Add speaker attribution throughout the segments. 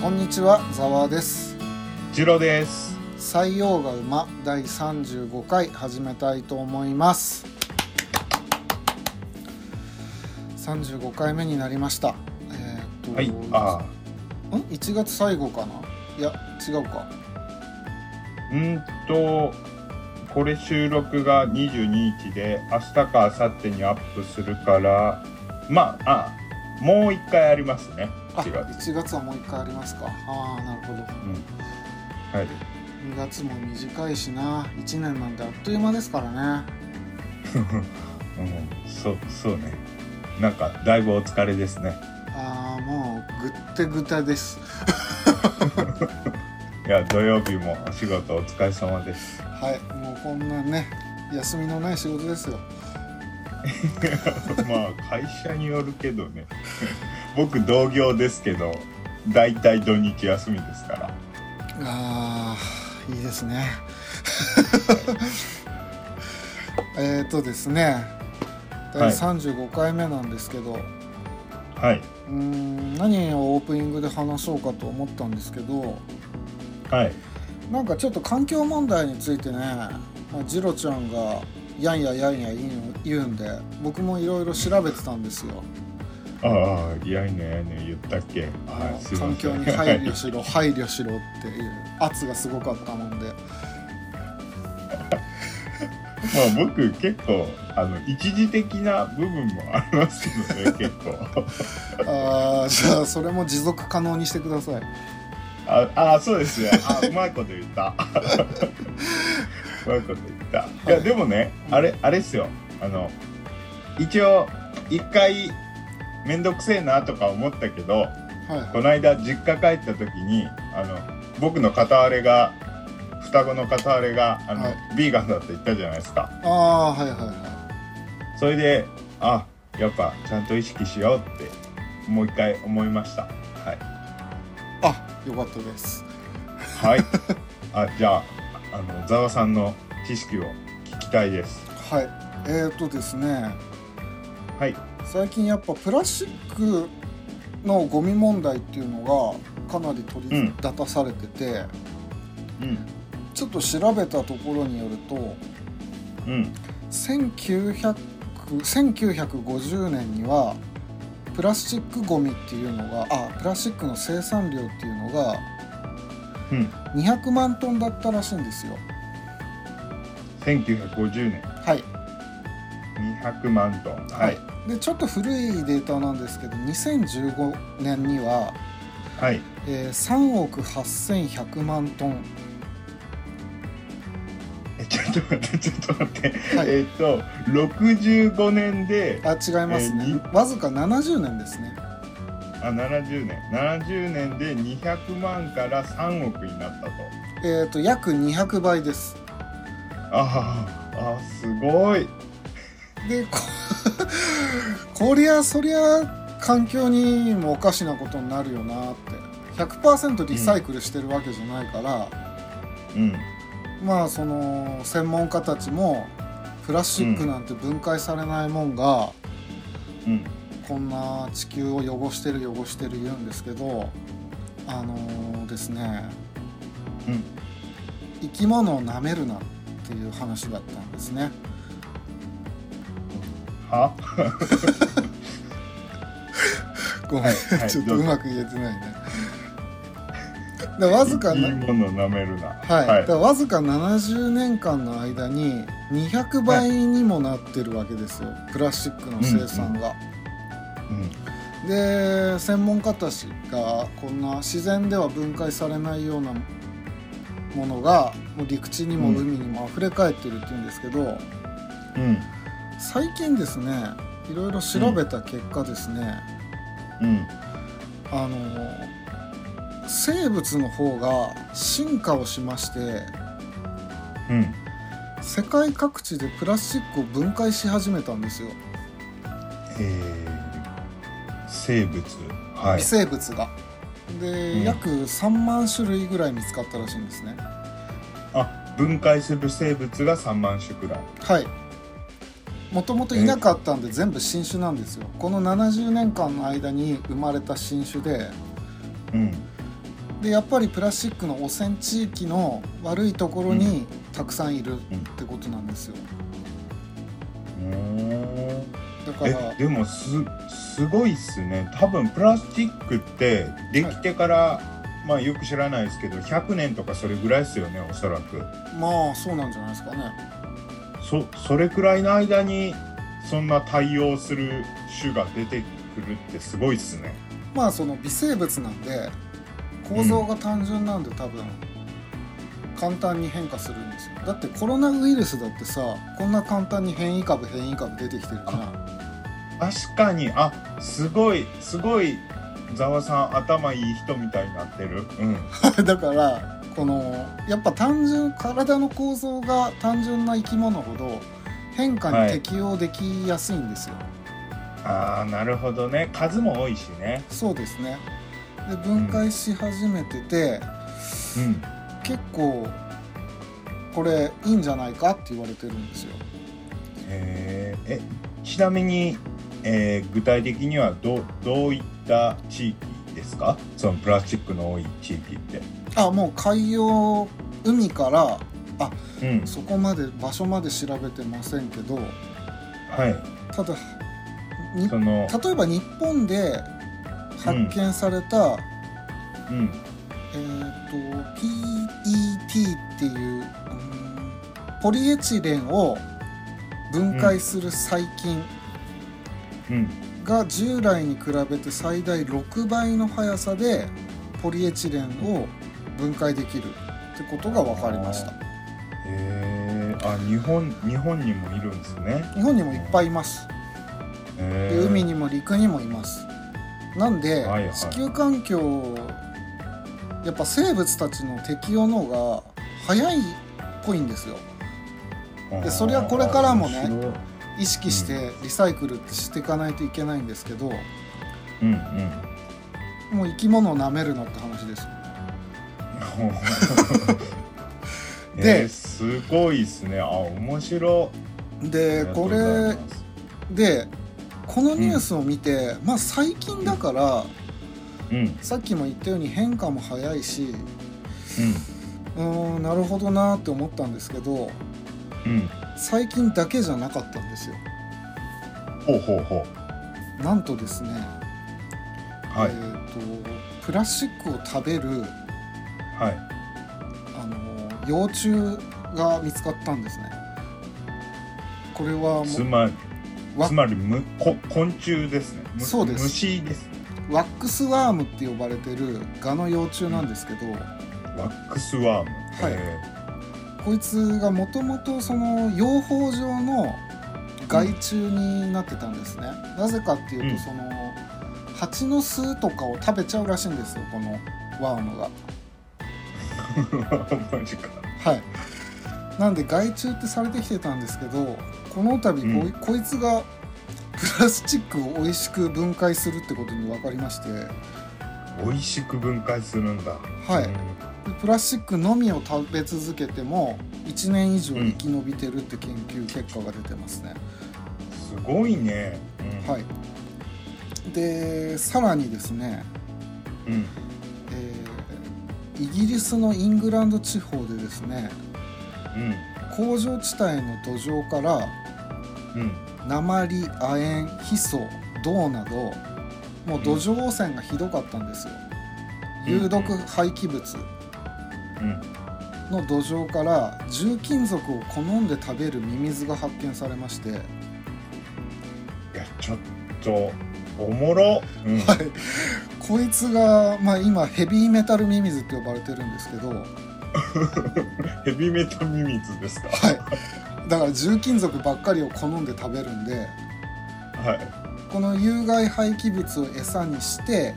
Speaker 1: こんにちは、ざわです。
Speaker 2: ジロです。
Speaker 1: 採用が馬第35回始めたいと思います。35回目になりました。えーっと、
Speaker 2: はい。ああ。
Speaker 1: ん1月最後かな。いや、違うか。
Speaker 2: うーんと、これ収録が22日で、明日か明後日にアップするから、まあ、ああもう一回ありますね。
Speaker 1: あ、
Speaker 2: 違う。
Speaker 1: 1月はもう1回ありますか。ああ、なるほど。
Speaker 2: うん。はい。
Speaker 1: 2月も短いしな、1年なんてあっという間ですからね。
Speaker 2: うん、そう、そうね。なんか、だいぶお疲れですね。
Speaker 1: ああ、もうぐってぐたです。
Speaker 2: いや、土曜日もお仕事お疲れ様です。
Speaker 1: はい、もうこんなね、休みのない仕事ですよ。
Speaker 2: まあ、会社によるけどね。僕、同業ですけど、だいたい土日休みですから。
Speaker 1: あーいいですね えっとですね
Speaker 2: は
Speaker 1: 第
Speaker 2: い
Speaker 1: 35回目なんですけど、う
Speaker 2: はい。
Speaker 1: ーん何をオープニングで話そうかと思ったんですけど
Speaker 2: はい。
Speaker 1: なんかちょっと環境問題についてねまあジロちゃんがやんややんや言う言うんで僕もいろいろ調べてたんですよ
Speaker 2: ああ、いやいねやいね言ったっけ。ああ、すいま
Speaker 1: 環
Speaker 2: せ
Speaker 1: 境
Speaker 2: ん。
Speaker 1: に配慮しろ配慮しろっていう圧がすごかったもんで
Speaker 2: まあ、僕、結構、あの、一時的な部分もありますけど ね、結構。
Speaker 1: あーじゃあそれも持続可能にしてください
Speaker 2: ああ、そうですね。あ、うまいこと言った。うまいこと言った。いや、でもね、あれ、あれっすよ。あの、一応、一回。めんどくせえなとか思ったけど、
Speaker 1: はいはい
Speaker 2: この間実家帰った時に、あの、僕の片割れが。双子の片割れが、あの、
Speaker 1: はい
Speaker 2: ビーガンだって言ったじゃないですか。
Speaker 1: ああーはいはいは
Speaker 2: それであやっぱちゃんと意識しようってもう一回思いましたはい
Speaker 1: いあよかったです
Speaker 2: はいあじゃああのざわさんの知識を聞きたいです
Speaker 1: はいえー、とですね
Speaker 2: はい
Speaker 1: 最近やっぱプラスチックのゴミ問題っていうのがかなり取り
Speaker 2: うん
Speaker 1: 立たされてて、
Speaker 2: うん
Speaker 1: ちょっと調べたところによると
Speaker 2: うん
Speaker 1: 1900 1950年にはプラスチックゴミっていうのがあプラスチックの生産量っていうのが
Speaker 2: うん
Speaker 1: 200万トンだったらしいんですよ
Speaker 2: 1950年
Speaker 1: はい
Speaker 2: 200万トンはい
Speaker 1: でちょっと古いデータなんですけど2015年には、
Speaker 2: はい
Speaker 1: えー、3億8100万トン
Speaker 2: えちょっと待ってち ょっと待って、
Speaker 1: はい
Speaker 2: えっと65年で
Speaker 1: あ違いますね、
Speaker 2: えー
Speaker 1: わずか70年ですね
Speaker 2: あ70年70年で200万から3億になったと
Speaker 1: えっ、と約200倍です
Speaker 2: あーあーすごい
Speaker 1: でこ こりゃそりゃ環境にもおかしなことになるよなって100%リサイクルしてるわけじゃないから、
Speaker 2: うん
Speaker 1: まあその専門家たちもプラスチックなんて分解されないもんが、
Speaker 2: うん
Speaker 1: こんな地球を汚してる汚してる言うんですけどあのーですね
Speaker 2: うん
Speaker 1: 生き物を舐めるなっていう話だったんですね
Speaker 2: は
Speaker 1: ごめん、
Speaker 2: はい はい
Speaker 1: ちょっと
Speaker 2: どう
Speaker 1: う
Speaker 2: ぞ
Speaker 1: まく言えてないねでわずか
Speaker 2: いい
Speaker 1: な
Speaker 2: もの舐めるな。
Speaker 1: はい、だか
Speaker 2: は
Speaker 1: らわずか70年間の間に200倍にもなってるわけですよ、プラスチックの生産が、
Speaker 2: い。うん。
Speaker 1: で専門家たちがこんな自然では分解されないようなものがもう陸地にも
Speaker 2: うん
Speaker 1: 海にも溢れかえってるって言うんですけど、
Speaker 2: うん。
Speaker 1: 最近ですねいろいろ調べた結果ですね、
Speaker 2: うん。
Speaker 1: あの生物の方が進化をしまして
Speaker 2: うん。
Speaker 1: 世界各地でプラスチックを分解し始めたんですよ、
Speaker 2: えー、生物。はい
Speaker 1: 微。生物が。で、
Speaker 2: ん
Speaker 1: 約3万種類ぐらい見つかったらしいんですね。
Speaker 2: あ、分解する生物が3万種くらい。
Speaker 1: はいもともといなかったんで全部新種なんですよこの70年間の間に生まれた新種で
Speaker 2: うん。
Speaker 1: でやっぱりプラスチックの汚染地域の悪いところにたくさんいるってことなんですよ
Speaker 2: うん
Speaker 1: だから
Speaker 2: えでもすすごいっすね多分プラスチックってできてから、まあよく知らないですけど100年とかそれぐらいっすよねおそらく
Speaker 1: まあそうなんじゃないですかね
Speaker 2: そそれくらいの間にそんな対応する種が出てくるってすごいっすね
Speaker 1: まあその微生物なんで構造が単純なんで多分簡単に変化するんですよだってコロナウイルスだってさこんな簡単に変異株変異株出てきてるじゃん
Speaker 2: 確かにあすごいすごいざわさん頭いい人みたいになってるう ん
Speaker 1: だからこのやっぱ単純体の構造が単純な生き物ほど変化に適応できやすいんですよ、
Speaker 2: あーなるほどね数も多いしね
Speaker 1: そうですねで分解し始めてて、
Speaker 2: うん
Speaker 1: 結構これいいんじゃないかって言われてるんですよ
Speaker 2: えーえちなみに、えー具体的にはどどういった地域ですかそのプラスチックの多い地域って。
Speaker 1: あもう海洋海から
Speaker 2: うん、
Speaker 1: そこまで場所まで調べてませんけど
Speaker 2: はい
Speaker 1: ただに
Speaker 2: その、
Speaker 1: 例えば日本で発見された、
Speaker 2: うん、
Speaker 1: えー、と PET っていう、うんポリエチレンを分解する細菌
Speaker 2: うん、
Speaker 1: が従来に比べて最大6倍の速さでポリエチレンを分解できるってことが分かりました
Speaker 2: えー、あ日本日本にもいるんですね。
Speaker 1: 日本にもいっぱいいます
Speaker 2: え
Speaker 1: で
Speaker 2: ー、
Speaker 1: 海にも陸にもいますなんで、
Speaker 2: はいはい
Speaker 1: 地球環境やっぱ生物たちの適応の方が早いっぽいんですよでそれはこれからもね
Speaker 2: あー面白い
Speaker 1: 意識してリサイクルってしていかないといけないんですけど、
Speaker 2: うん
Speaker 1: もう生き物を舐めるのって話です
Speaker 2: うん。
Speaker 1: で
Speaker 2: えー、すごいですね。あ面白い。
Speaker 1: で
Speaker 2: ありがとう
Speaker 1: こ
Speaker 2: ござ
Speaker 1: れ
Speaker 2: います
Speaker 1: でこのニュースを見て、まあ最近だから
Speaker 2: うんうん
Speaker 1: さっきも言ったように変化も早いしうーんなるほどなーって思ったんですけど
Speaker 2: うん。
Speaker 1: 最近だけじゃなかったんですよ
Speaker 2: ほうほうほう。
Speaker 1: なんとですね、
Speaker 2: はい
Speaker 1: えーとプラスチックを食べる
Speaker 2: はい。
Speaker 1: あの幼虫が見つかったんですねこれはも
Speaker 2: つ
Speaker 1: う
Speaker 2: ま
Speaker 1: わ
Speaker 2: り、つまりむこ昆虫ですね。む
Speaker 1: そうです
Speaker 2: 虫です。
Speaker 1: ワックスワームって呼ばれてるガの幼虫なんですけど、
Speaker 2: ワックス
Speaker 1: は
Speaker 2: ワーム。
Speaker 1: い
Speaker 2: え
Speaker 1: こいつがもともとその養蜂場の害虫になってたんですね、なぜかっていうと、
Speaker 2: うん
Speaker 1: その蜂の巣とかを食べちゃうらしいんですよこのワームが
Speaker 2: ー マジか。
Speaker 1: はいなんで害虫ってされてきてたんですけどこの度こ,、
Speaker 2: うん
Speaker 1: こいつがプラスチックを美味しく分解するってことに分かりまして
Speaker 2: 美味しく分解するんだ。
Speaker 1: はいでプラスチックのみを食べ続けても1年以上生き延びてるって研究結果が出てますね、
Speaker 2: すごいね。うん
Speaker 1: はいでさらにですね、
Speaker 2: うん。
Speaker 1: えーイギリスのイングランド地方でですね
Speaker 2: うん。
Speaker 1: 工場地帯の土壌から
Speaker 2: うん。
Speaker 1: 鉛亜鉛ヒ素銅などもう土壌汚染がひどかったんですよ、
Speaker 2: うん
Speaker 1: 有毒廃棄物
Speaker 2: うん。
Speaker 1: の土壌から重金属を好んで食べるミミズが発見されまして、
Speaker 2: いや、ちょっと。おもろ。うん。
Speaker 1: はいこいつが、まあ、今ヘビーメタルミミズって呼ばれてるんですけど、は
Speaker 2: ヘビメタミミズですか。
Speaker 1: い、だから重金属ばっかりを好んで食べるんで
Speaker 2: は
Speaker 1: この有害廃棄物を餌にして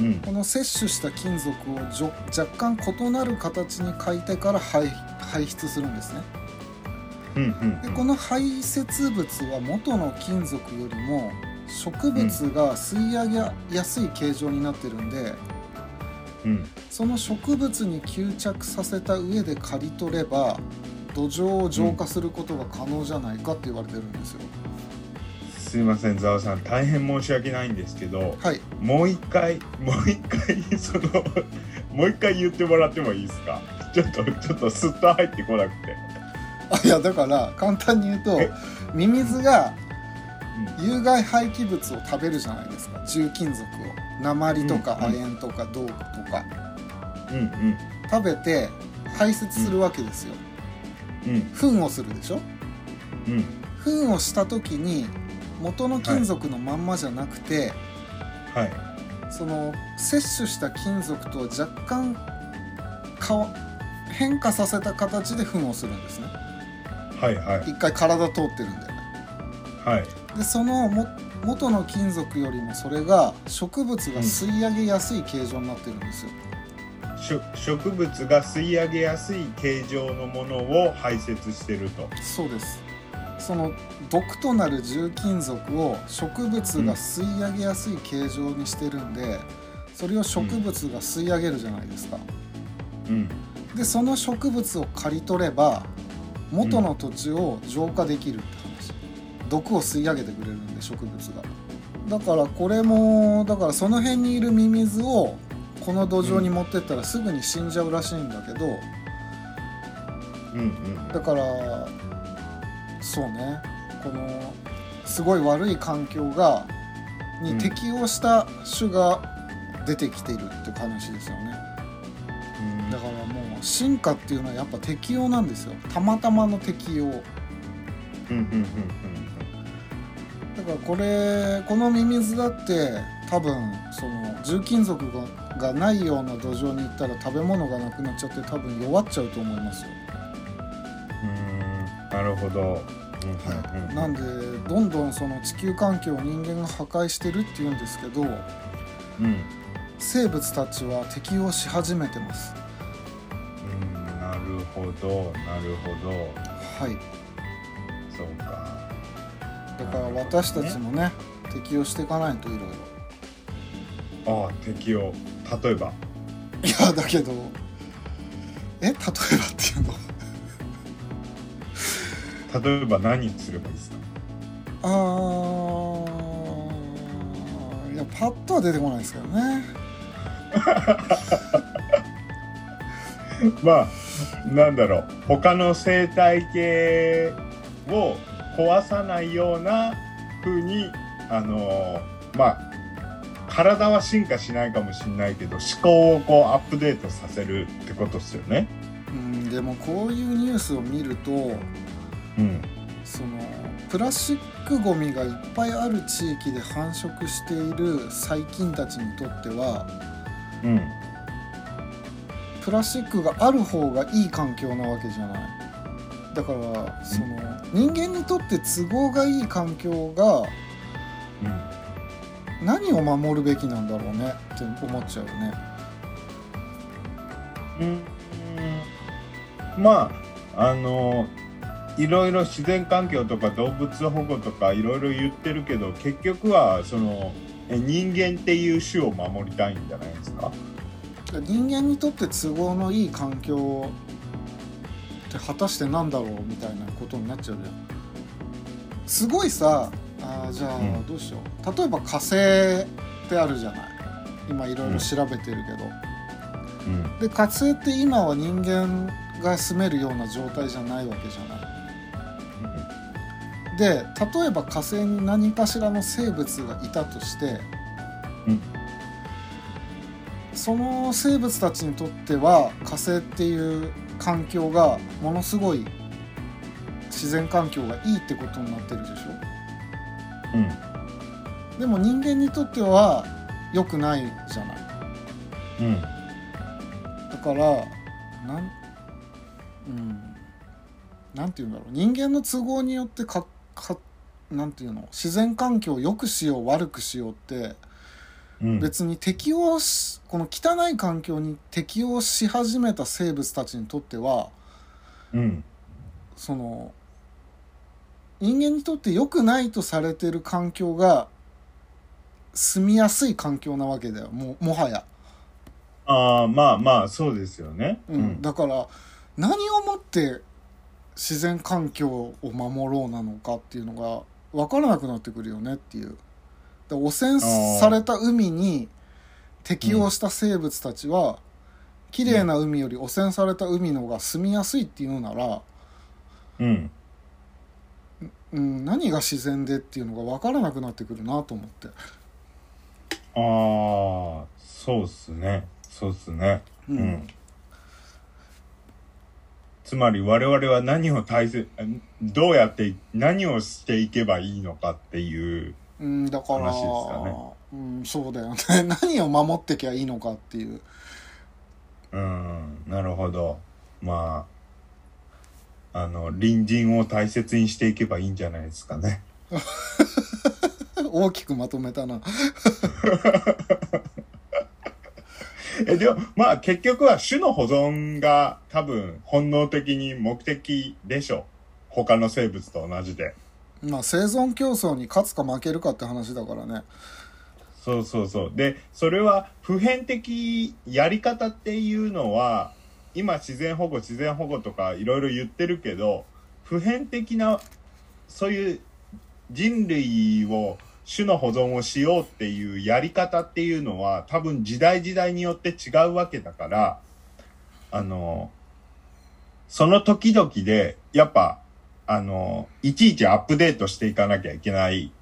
Speaker 2: い。うん。
Speaker 1: この摂取した金属をじょ若干異なる形に変えてから排排出するんですね
Speaker 2: うん。うん。
Speaker 1: でこの排泄物は元の金属よりも植物が吸い上げやすい形状になってるんで
Speaker 2: うん。
Speaker 1: その植物に吸着させた上で刈り取れば土壌を浄化することが可能じゃないかって言われてるんですよ、
Speaker 2: すいません、ざわさん、大変申し訳ないんですけど。
Speaker 1: はい
Speaker 2: もう一回もう一回 そのもう一回言ってもらってもいいですかちょっとちょっとスッと入ってこなくて、
Speaker 1: あ いやだから簡単に言うと
Speaker 2: え
Speaker 1: ミミズが有害廃棄物を食べるじゃないですか重金属を鉛とか
Speaker 2: うん
Speaker 1: 亜鉛とか銅とか
Speaker 2: うん、うん
Speaker 1: 食べて排泄するわけですよ
Speaker 2: うん
Speaker 1: 糞をするでしょ
Speaker 2: うんうん
Speaker 1: 糞をした時に元の金属のまんまじゃなくて、
Speaker 2: はい
Speaker 1: その摂取した金属とは若干変わ変化させた形で糞をするんですね
Speaker 2: はいはい
Speaker 1: 一回体通ってるんで
Speaker 2: はい
Speaker 1: でそのも元の金属よりもそれが植物が吸い上げやすい形状になってるんですよ、
Speaker 2: しょ植物が吸い上げやすい形状のものを排泄してると
Speaker 1: そうですその毒となる重金属を植物が吸い上げやすい形状にしてるんでそれを植物が吸い上げるじゃないですか
Speaker 2: うん
Speaker 1: でその植物を刈り取れば元の土地を浄化できるって話毒を吸い上げてくれるんで植物がだからこれもだからその辺にいるミミズをこの土壌に持ってったらすぐに死んじゃうらしいんだけど
Speaker 2: うんうん
Speaker 1: だからそうねこのすごい悪い環境が
Speaker 2: う
Speaker 1: に
Speaker 2: ん
Speaker 1: 適応した種が出てきているって話ですよね、
Speaker 2: うん
Speaker 1: だからもう進化っていうのはやっぱ適応なんですよたまたまの適応
Speaker 2: うんうんうんうん
Speaker 1: だからこれこのミミズだって多分その重金属ががないような土壌に行ったら食べ物がなくなっちゃって多分弱っちゃうと思いますよ、
Speaker 2: うんなるほどうんうんうん
Speaker 1: なんでどんどんその地球環境を人間が破壊してるっていうんですけど
Speaker 2: うん
Speaker 1: 生物たちは適応し始めてます
Speaker 2: うんなるほどなるほど
Speaker 1: はい
Speaker 2: そうか
Speaker 1: だから私たちもね適応していかないといろいろ
Speaker 2: ああ適応例えば
Speaker 1: いやだけどえ例えばっていうの
Speaker 2: 例えば何すればいいですか
Speaker 1: あーいやパッとは出てこないですけどね
Speaker 2: まあなんだろう他の生態系を壊さないような風にあのーまあ体は進化しないかもしれないけど思考をこうアップデートさせるってことですよね。
Speaker 1: うんでもこういうニュースを見ると
Speaker 2: うん、
Speaker 1: そのプラスチックごみがいっぱいある地域で繁殖している細菌たちにとっては
Speaker 2: うん、
Speaker 1: プラスチックがある方がいい環境なわけじゃないだからその人間にとって都合がいい環境が
Speaker 2: うん、
Speaker 1: 何を守るべきなんだろうねって思っちゃうよね
Speaker 2: うんまああのーいろいろ自然環境とか動物保護とかいろいろ言ってるけど結局はそのえ人間っていう種を守りたいんじゃないですか
Speaker 1: 人間にとって都合のいい環境って果たしてなんだろうみたいなことになっちゃうじゃんすごいさあーじゃ
Speaker 2: う
Speaker 1: あ
Speaker 2: ん
Speaker 1: どうしよう、例えば火星ってあるじゃない今いろいろ調べてるけど、
Speaker 2: うん
Speaker 1: で火星って今は人間が住めるような状態じゃないわけじゃないで例えば火星に何かしらの生物がいたとして、
Speaker 2: うん
Speaker 1: その生物たちにとっては火星っていう環境がものすごい自然環境がいいってことになってるでし
Speaker 2: うん
Speaker 1: ょでも人間にとっては良くないじゃない
Speaker 2: うん
Speaker 1: だからなんうんなんて言うんだろう人間の都合によってかかなんていうの自然環境を良くしよう悪くしようって
Speaker 2: うん
Speaker 1: 別に適応しこの汚い環境に適応し始めた生物たちにとっては
Speaker 2: うん
Speaker 1: その人間にとって良くないとされてる環境が住みやすい環境なわけだよもうもはや、
Speaker 2: ああまあまあそうですよね
Speaker 1: うんだから何をもって自然環境を守ろうなのかっていうのが分からなくなってくるよねっていうだ汚染
Speaker 2: あー
Speaker 1: された海に適応した生物たちは、綺麗な海より汚染された海の方が住みやすいっていうなら、
Speaker 2: うん
Speaker 1: うん、何が自然でっていうのが分からなくなってくるなと思って、
Speaker 2: ああそうっすねそうっすね
Speaker 1: う
Speaker 2: うん、つまり我々は何を大切どうやって何をしていけばいいのかっていう
Speaker 1: うん、だから、
Speaker 2: 話ですかね
Speaker 1: うん、そうだよね 何を守ってきゃいいのかっていう、
Speaker 2: うんなるほどまああの隣人を大切にしていけばいいんじゃないですかね
Speaker 1: 大きくまとめたな
Speaker 2: えでもまあ結局は種の保存が多分本能的に目的でしょ他の生物と同じで
Speaker 1: まあ生存競争に勝つか負けるかって話だからね
Speaker 2: そうそうそうでそれは普遍的やり方っていうのは今自然保護自然保護とかいろいろ言ってるけど普遍的なそういう人類を種の保存をしようっていうやり方っていうのは多分時代時代によって違うわけだからあのその時々でやっぱあのいちいちアップデートしていかなきゃいけない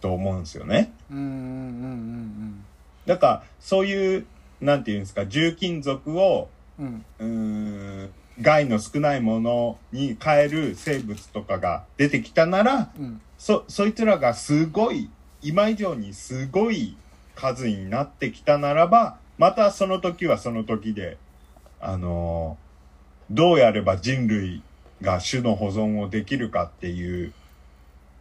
Speaker 2: と思うんですよね。
Speaker 1: うんうんうん
Speaker 2: だからそういうなんていうんですか重金属を
Speaker 1: うんうん
Speaker 2: うーん害の少ないものに変える生物とかが出てきたなら
Speaker 1: うんうん
Speaker 2: そそいつらがすごい今以上にすごい数になってきたならばまたその時はその時であのーどうやれば人類が種の保存をできるかっていう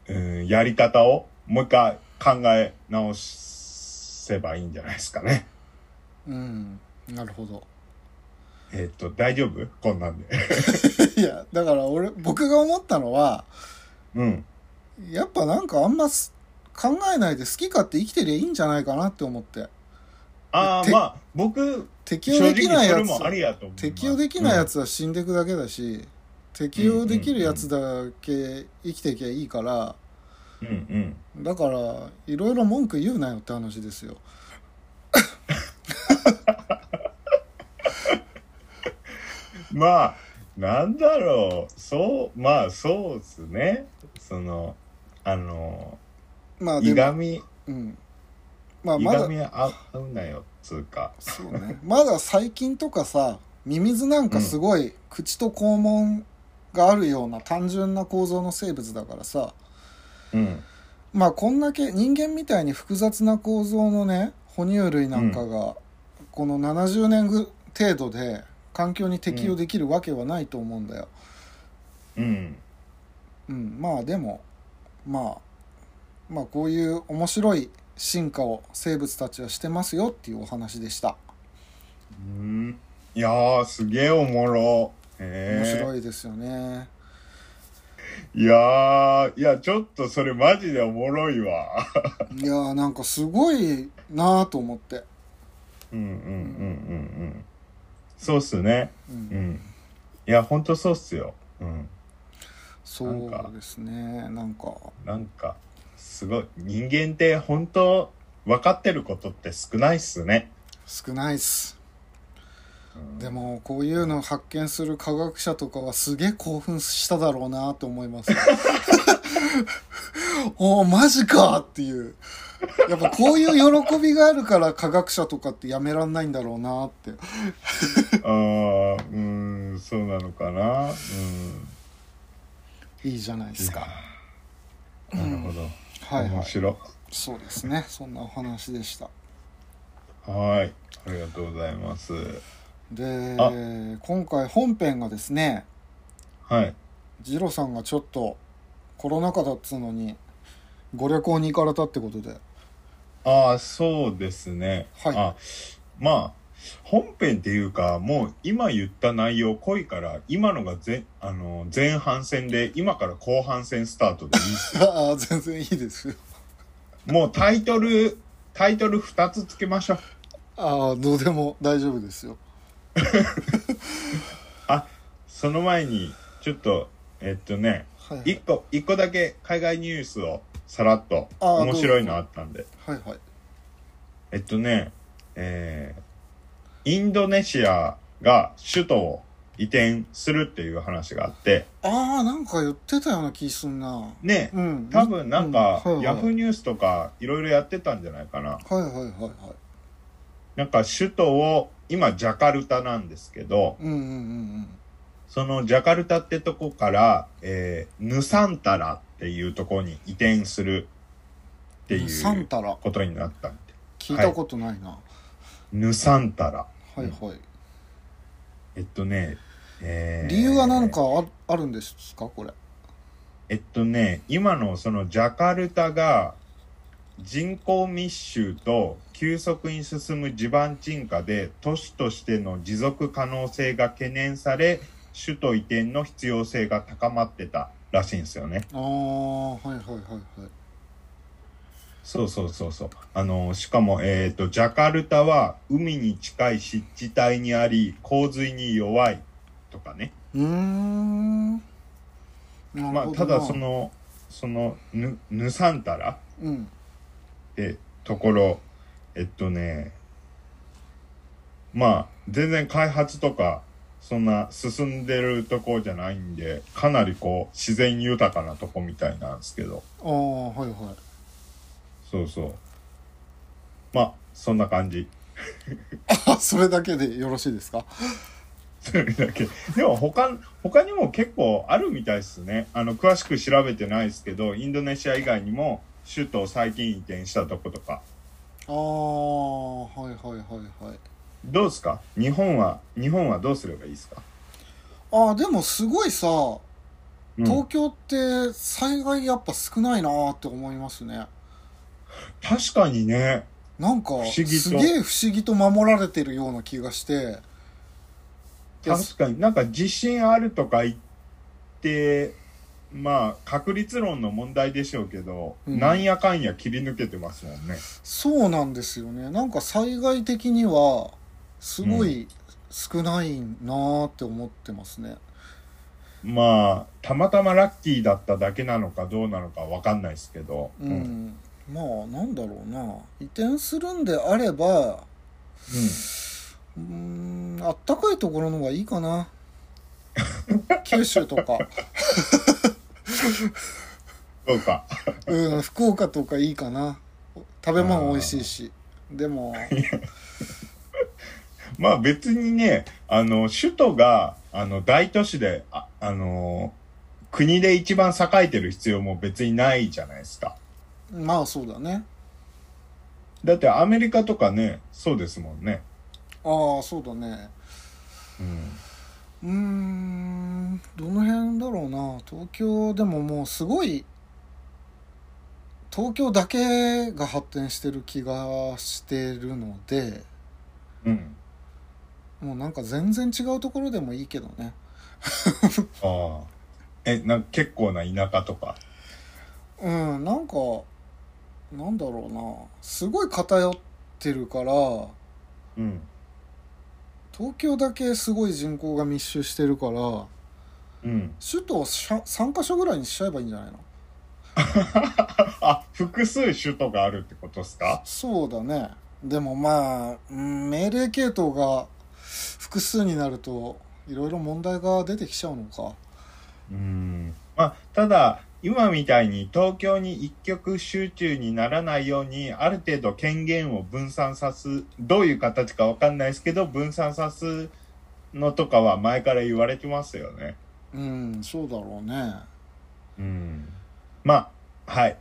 Speaker 2: うんやり方をもう一回考え直せばいいんじゃないですかね。
Speaker 1: うんなるほど
Speaker 2: えっと大丈夫こんなんで。
Speaker 1: いやだから俺僕が思ったのは
Speaker 2: うん。
Speaker 1: やっぱなんかあんます考えないで好き勝手生きてりゃいいんじゃないかなって思って
Speaker 2: ああ
Speaker 1: て
Speaker 2: まあ僕
Speaker 1: 適
Speaker 2: 正
Speaker 1: 用
Speaker 2: 直
Speaker 1: できない
Speaker 2: そ
Speaker 1: や
Speaker 2: れ
Speaker 1: つ
Speaker 2: もありやと思います
Speaker 1: 適用できないやつは死んでいくだけだし、適用できるやつだけ生きていきゃいいから、
Speaker 2: うんうん。
Speaker 1: だからいろいろ文句言うなよって話ですよ
Speaker 2: まあなんだろうそうまあそうですねそのあの
Speaker 1: まあ
Speaker 2: い
Speaker 1: で
Speaker 2: が
Speaker 1: も、
Speaker 2: み
Speaker 1: うん、まあ
Speaker 2: い
Speaker 1: ま
Speaker 2: が
Speaker 1: だ
Speaker 2: みは合うなよつうか
Speaker 1: そうねまだ最近とかさミミズなんかすごい口と肛門があるような単純な構造の生物だからさ
Speaker 2: うん
Speaker 1: まあこんだけ人間みたいに複雑な構造のね哺乳類なんかがこの70年ぐ程度で環境に適応できるわけはないと思うんだよ。
Speaker 2: うん
Speaker 1: うん、まあでもまあまあこういう面白い進化を生物たちはしてますよっていうお話でした。
Speaker 2: うんいやーすげえおもろ
Speaker 1: 面
Speaker 2: へ
Speaker 1: 白いですよね。
Speaker 2: えいやーいやちょっとそれマジでおもろいわ
Speaker 1: いやーなんかすごいなーと思って。
Speaker 2: うんうんうんうんうんそうっすね
Speaker 1: う、
Speaker 2: うんんいやほんとそうっすようん
Speaker 1: そうですね。なんか
Speaker 2: なんかすごい人間って本当分かってることって少ないっ すね、
Speaker 1: 少ないっす。
Speaker 2: うん
Speaker 1: でもこういうの発見する科学者とかはすげえ興奮しただろうなと思います おおマジかっていうやっぱこういう喜びがあるから科学者とかってやめらんないんだろうなって
Speaker 2: ああうんそうなのかなうん
Speaker 1: いいじゃないですか
Speaker 2: なるほど、
Speaker 1: はいは
Speaker 2: 面
Speaker 1: い
Speaker 2: 白
Speaker 1: そうですねそんなお話でした
Speaker 2: はいありがとうございますあ
Speaker 1: で今回本編がですね
Speaker 2: はい
Speaker 1: ジロさんがちょっとコロナ禍だっつうのにご旅行に行かれたってことで
Speaker 2: ああそうですね
Speaker 1: はい
Speaker 2: あまあ本編っていうかもう今言った内容濃いから今のがぜあの前半戦で今から後半戦スタートでいいっす
Speaker 1: ああ全然いいですよ
Speaker 2: もうタイトル、タイトル2つつけましょう。
Speaker 1: ああどうでも大丈夫ですよ
Speaker 2: その前に、ちょっと、えっとね、
Speaker 1: はいはい
Speaker 2: 1個、一個だけ海外ニュースをさらっと、
Speaker 1: あー
Speaker 2: 面白いのあったんで。
Speaker 1: はいはい
Speaker 2: えっとね、えーインドネシアが首都を移転するっていう話があって、
Speaker 1: ああなんか言ってたような気すんな
Speaker 2: ね、
Speaker 1: うん
Speaker 2: 多分なんか
Speaker 1: う、
Speaker 2: ヤフー
Speaker 1: はい
Speaker 2: ニュースとかいろいろやってたんじゃないかな。
Speaker 1: はいはいはいはい
Speaker 2: なんか首都を、今ジャカルタなんですけど、
Speaker 1: うんうんうん
Speaker 2: そのジャカルタってとこから、えー、ヌサンタラっていうとこに移転するって
Speaker 1: うん
Speaker 2: い
Speaker 1: ヌサン
Speaker 2: う
Speaker 1: タラ
Speaker 2: ことになったんで。
Speaker 1: 聞いたことないな、は
Speaker 2: ヌサンタラ。
Speaker 1: い、はい
Speaker 2: えっとね、えー
Speaker 1: 理由は何かああるんですかこれ
Speaker 2: えっとね、今のそのジャカルタが人口密集と急速に進む地盤沈下で都市としての持続可能性が懸念され首都移転の必要性が高まってたらしいんですよね。
Speaker 1: ああはいはいはいはい
Speaker 2: そうそうそうそう。あの、しかも、えっ、と、ジャカルタは海に近い湿地帯にあり洪水に弱いとかね。
Speaker 1: うーんなるほどな
Speaker 2: まあ、ただその、その、ぬ、ぬさんたら
Speaker 1: うん
Speaker 2: ってところえっとねまあ全然開発とかそんな進んでるとこじゃないんでかなりこう自然豊かなとこみたいなんですけど
Speaker 1: ああはいはい
Speaker 2: そうそうまあそんな感じ
Speaker 1: あ それだけでよろしいですか
Speaker 2: それだけでも他他にも結構あるみたいですねあの詳しく調べてないですけどインドネシア以外にも首都を最近移転したとことか
Speaker 1: ああはいはいはいはい
Speaker 2: どうですか日本は日本はどうすればいいですか、
Speaker 1: ああでもすごいさ
Speaker 2: うん
Speaker 1: 東京って災害やっぱ少ないなーって思いますね
Speaker 2: 確かにね
Speaker 1: なんか
Speaker 2: 不思議と
Speaker 1: すげえ不思議と守られてるような気がしていや
Speaker 2: 確かになんか自信あるとか言ってまあ確率論の問題でしょうけど、
Speaker 1: うん
Speaker 2: なんやかんや切り抜けてますもんね
Speaker 1: そうなんですよねなんか災害的にはすごい少ないなーって思ってますね、
Speaker 2: まあたまたまラッキーだっただけなのかどうなのかわかんないですけど、
Speaker 1: う
Speaker 2: うん
Speaker 1: ん、まあなんだろうな移転するんであればうーんあったかいところの方がいいかな 九州とか
Speaker 2: どうか
Speaker 1: うん福岡とかいいかな食べ物美味しいしでも
Speaker 2: まあ別にねあの首都があの大都市でああの国で一番栄えてる必要も別にないじゃないですか
Speaker 1: まあそうだね
Speaker 2: だってアメリカとかねそうですもんね、
Speaker 1: ああそうだね
Speaker 2: うん、
Speaker 1: うーんどの辺だろうな東京でももうすごい東京だけが発展してる気がしてるので
Speaker 2: うん
Speaker 1: もうなんか全然違うところでもいいけどね
Speaker 2: ああ。え、なんか結構な田舎とか。
Speaker 1: うんなんかなんだろうなすごい偏ってるから
Speaker 2: うん。
Speaker 1: 東京だけすごい人口が密集してるから
Speaker 2: うん。
Speaker 1: 首都を3か所ぐらいにしちゃえばいいんじゃないの
Speaker 2: あ、複数種とかあるってことですか
Speaker 1: そうだねでもまあ、うん、命令系統が複数になるといろいろ問題が出てきちゃうのか
Speaker 2: うん。まあ、ただ、今みたいに東京に一極集中にならないように、ある程度権限を分散さす、どういう形かわかんないですけど、分散さすのとかは前から言われてますよね。
Speaker 1: うんそうだろうね
Speaker 2: うん。まあ、はい。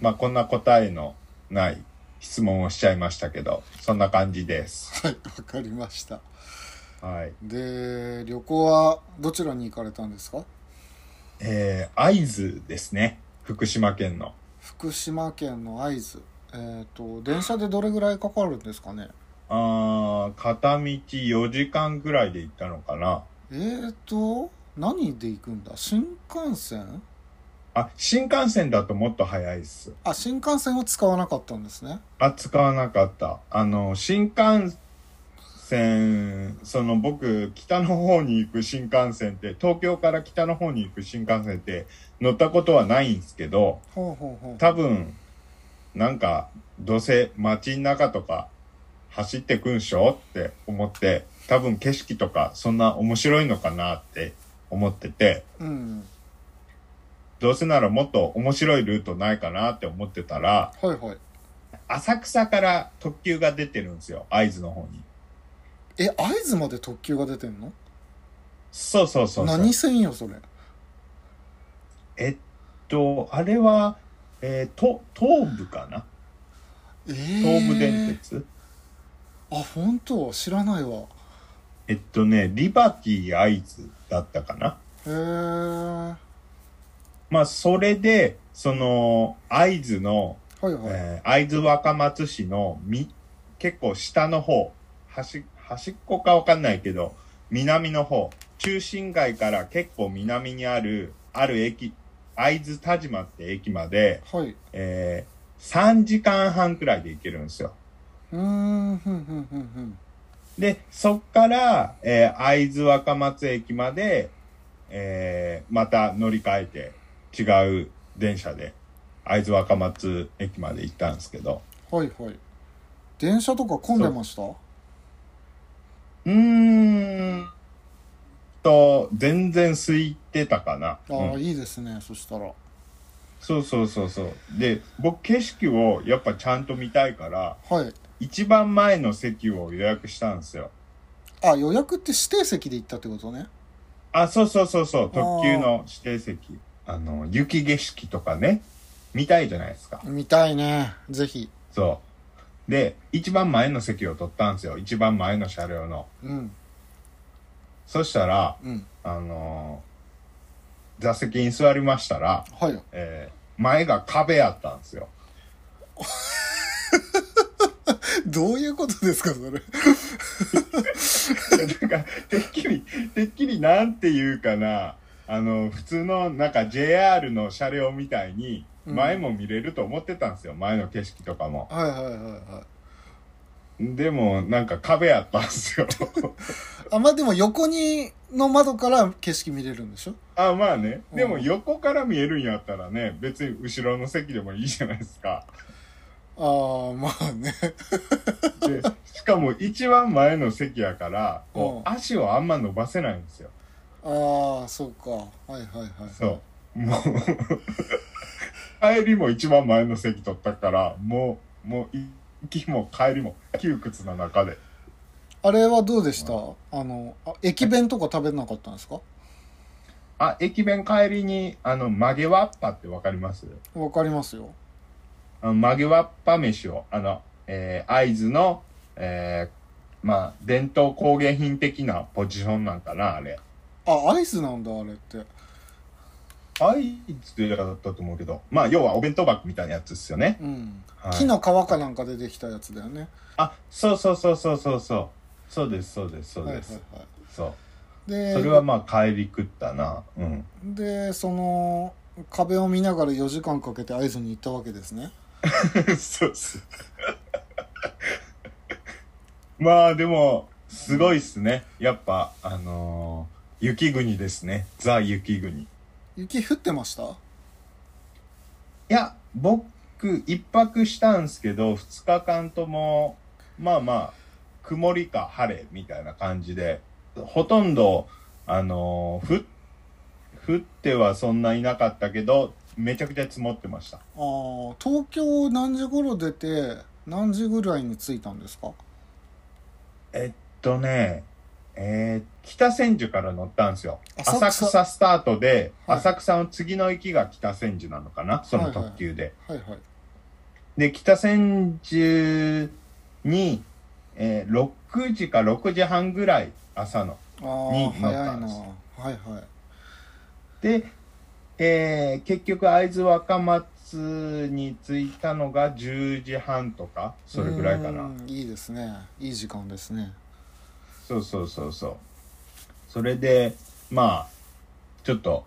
Speaker 2: まあ、こんな答えのない質問をしちゃいましたけど、そんな感じです。
Speaker 1: はいわかりました
Speaker 2: はい。
Speaker 1: で旅行はどちらに行かれたんですか
Speaker 2: えー、会津ですね。福島県の。
Speaker 1: 福島県の会津えっ、と電車でどれぐらいかかるんですかね
Speaker 2: あー、片道4時間ぐらいで行ったのかな。
Speaker 1: えっ、と何で行くんだ新幹線
Speaker 2: あ、新幹線だともっと早いっす。
Speaker 1: あ新幹線を使わなかったんですね
Speaker 2: あ、使わなかった。あの、新幹線、その僕、北の方に行く新幹線って、東京から北の方に行く新幹線って乗ったことはないんですけど、
Speaker 1: ほうほうほう
Speaker 2: 多分、なんか、どうせ街の中とか走ってくんしょって思って、多分景色とかそんな面白いのかなって思ってて、
Speaker 1: うん
Speaker 2: どうせならもっと面白いルートないかなって思ってたら、
Speaker 1: はいはい
Speaker 2: 浅草から特急が出てるんですよ、会津の方に。
Speaker 1: え会津まで特急が出てんの
Speaker 2: そうそうそうそう。
Speaker 1: 何線よそれ
Speaker 2: えっと、あれは、えー、と、東部かな
Speaker 1: ええ
Speaker 2: 東武電鉄、
Speaker 1: あ本当知らないわ
Speaker 2: えっとね、リバティ会津だったかな
Speaker 1: へえ
Speaker 2: まあ、それで、その、会津の、
Speaker 1: はいはい、
Speaker 2: えー会津若松市のみ、結構下の方、端、端っこかわかんないけど、南の方、中心街から結構南にある、ある駅、会津田島って駅まで、
Speaker 1: はいう
Speaker 2: えー、3時間半くらいで行けるんですよ。
Speaker 1: ーんふんふんふんふん
Speaker 2: で、そっから、えー会津若松駅まで、えーまた乗り換えて、違う電車で、会津若松駅まで行ったんですけど、
Speaker 1: はいはい電車とか混んでました
Speaker 2: うーんと、全然空いてたかな。
Speaker 1: ああ、
Speaker 2: うん
Speaker 1: いいですねそしたらは
Speaker 2: そうそうそうそう。で、僕、景色をやっぱちゃんと見たいから、
Speaker 1: い
Speaker 2: 一番前の席を予約したんですよ。
Speaker 1: あ予約って指定席で行ったってことね
Speaker 2: あ、そうそうそうそう、特急の指定席。あの、雪景色とかね、見たいじゃないですか。
Speaker 1: 見たいねぜひ
Speaker 2: そう。で、一番前の席を取ったんですよ。一番前の車両の。
Speaker 1: うん
Speaker 2: そしたら、
Speaker 1: うん
Speaker 2: あのー座席に座りましたら、
Speaker 1: はい よ
Speaker 2: えー前が壁やったんですよ。
Speaker 1: どういうことですかそれ
Speaker 2: なんか、てっきり、てっきりなんていうかな、あの、普通のなんか JR の車両みたいに、
Speaker 1: うん
Speaker 2: 前も見れると思ってたんですよ。前の景色とかも。
Speaker 1: はいはいはいはい
Speaker 2: でも、なんか壁やったんですよ。
Speaker 1: あまあでも横にの窓から景色見れるんでしょ
Speaker 2: あまあねでも
Speaker 1: うん
Speaker 2: 横から見えるんやったらね別に後ろの席でもいいじゃないですか
Speaker 1: ああまあね
Speaker 2: でしかも一番前の席やからこう
Speaker 1: うん
Speaker 2: 足をあんま伸ばせないんですよ
Speaker 1: ああそうかはいはいはい
Speaker 2: そうもう帰りも一番前の席取ったからもうもう行きも帰りも窮屈な中で
Speaker 1: あれはどうでした、あのあ駅弁とか食べなかったんですか
Speaker 2: あ駅弁帰りにあの曲げわっぱってわかります
Speaker 1: わかりますよ
Speaker 2: あの曲げわっぱ飯をあの、えー、会津の、えーまあ伝統工芸品的なポジションなんかなあれ
Speaker 1: あアイスなんだあれって
Speaker 2: 会津だったと思うけどまあ要はお弁当箱みたいなやつですよね、
Speaker 1: うん、
Speaker 2: はい
Speaker 1: 木の皮かなんかでできたやつだよね
Speaker 2: あそうそうそうそうそうそうそうですそうですそう
Speaker 1: はいはい
Speaker 2: です、
Speaker 1: はい
Speaker 2: そう
Speaker 1: で
Speaker 2: それはまあ帰り食ったなうん
Speaker 1: でその壁を見ながら4時間かけて会津に行ったわけですね
Speaker 2: そうっす。 まあでも、すごいっすね。やっぱ、あのー雪国ですね。ザ・雪国。い
Speaker 1: 雪降ってました
Speaker 2: や、僕、一泊したんすけど、二日間とも、まあまあ、曇りか晴れみたいな感じで、ほとんど、あのーふ、降ってはそんないなかったけど、めちゃくちゃ積もってました。
Speaker 1: あー東京何時頃出て何時ぐらいに着いたんですか
Speaker 2: えっとね、えー北千住から乗ったんですよ。
Speaker 1: 浅
Speaker 2: 浅
Speaker 1: 草
Speaker 2: 草スタートで、
Speaker 1: はい
Speaker 2: 浅草の次の駅が北千住なのかな、その特急で。
Speaker 1: はいはい
Speaker 2: で、北千住に、えー6時か6時半ぐらい、朝の。
Speaker 1: ああ
Speaker 2: に乗っ
Speaker 1: 早
Speaker 2: た
Speaker 1: い
Speaker 2: ん
Speaker 1: な
Speaker 2: です
Speaker 1: はいはい
Speaker 2: で、えー結局会津若松に着いたのが10時半とか、それぐらいかな。
Speaker 1: うんいいですねいい時間ですね
Speaker 2: そうそうそうそう。それで、まあ、ちょっと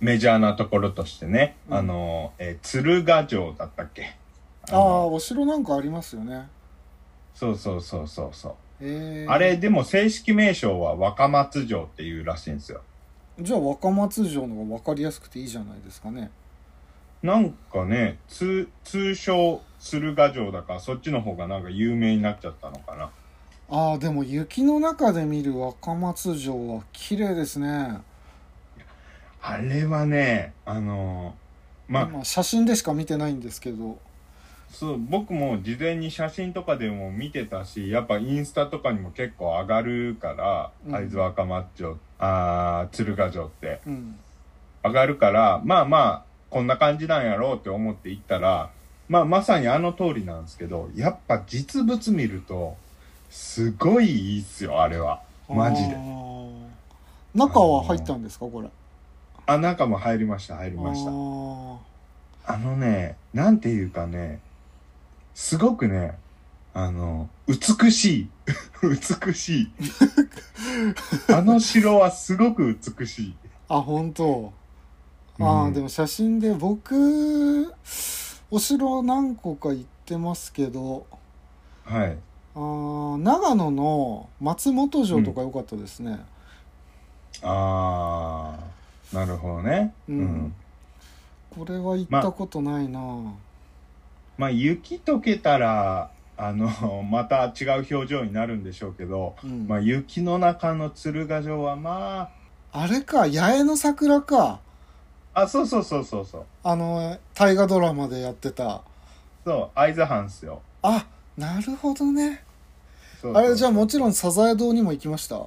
Speaker 2: メジャーなところとしてね、
Speaker 1: うん
Speaker 2: あの、えー鶴ヶ城だったっけ
Speaker 1: ああーお城なんかありますよね
Speaker 2: そうそうそうそうそう。
Speaker 1: えー、
Speaker 2: あれ、でも正式名称は若松城っていうらしいんですよ。
Speaker 1: じゃあ若松城の方が分かりやすくていいじゃないですかね
Speaker 2: なんかね通通称鶴ヶ城だからそっちの方がなんか有名になっちゃったのかな
Speaker 1: ああでも雪の中で見る若松城は綺麗ですね
Speaker 2: あれはねあのーまあ
Speaker 1: 今写真でしか見てないんですけど
Speaker 2: そう僕も事前に写真とかでも見てたしやっぱインスタとかにも結構上がるから
Speaker 1: うん
Speaker 2: 会津若松城あー鶴ヶ城って
Speaker 1: うん
Speaker 2: 上がるからまあまあこんな感じなんやろうって思って行ったら、まあ、まさにあの通りなんですけどやっぱ実物見るとすごいいいっすよあれはマジで
Speaker 1: あー中は入ったんですかこれ
Speaker 2: あ中も入りました入りました
Speaker 1: あー
Speaker 2: あのね、なんていうかね、すごくね、あの、美しい。 美し い。あの城はすごく美しい。
Speaker 1: あ本当ああ、
Speaker 2: うん
Speaker 1: でも写真で僕お城何個か行ってますけど
Speaker 2: はい。
Speaker 1: あー長野の松本城とか良かったですね、
Speaker 2: あー、なるほどね。
Speaker 1: うんこれは行ったことないな、
Speaker 2: まあ、雪解けたら、あの、 また違う表情になるんでしょうけど、
Speaker 1: うん
Speaker 2: まあ、雪の中の鶴ヶ城はま
Speaker 1: あれか八重の桜か
Speaker 2: あ、あ、そうそうそうそうそう。
Speaker 1: あの大河ドラマでやってた
Speaker 2: そう、会津藩っすよ。
Speaker 1: あなるほどね
Speaker 2: そうそう
Speaker 1: あれじゃあもちろんサザエ堂にも行きました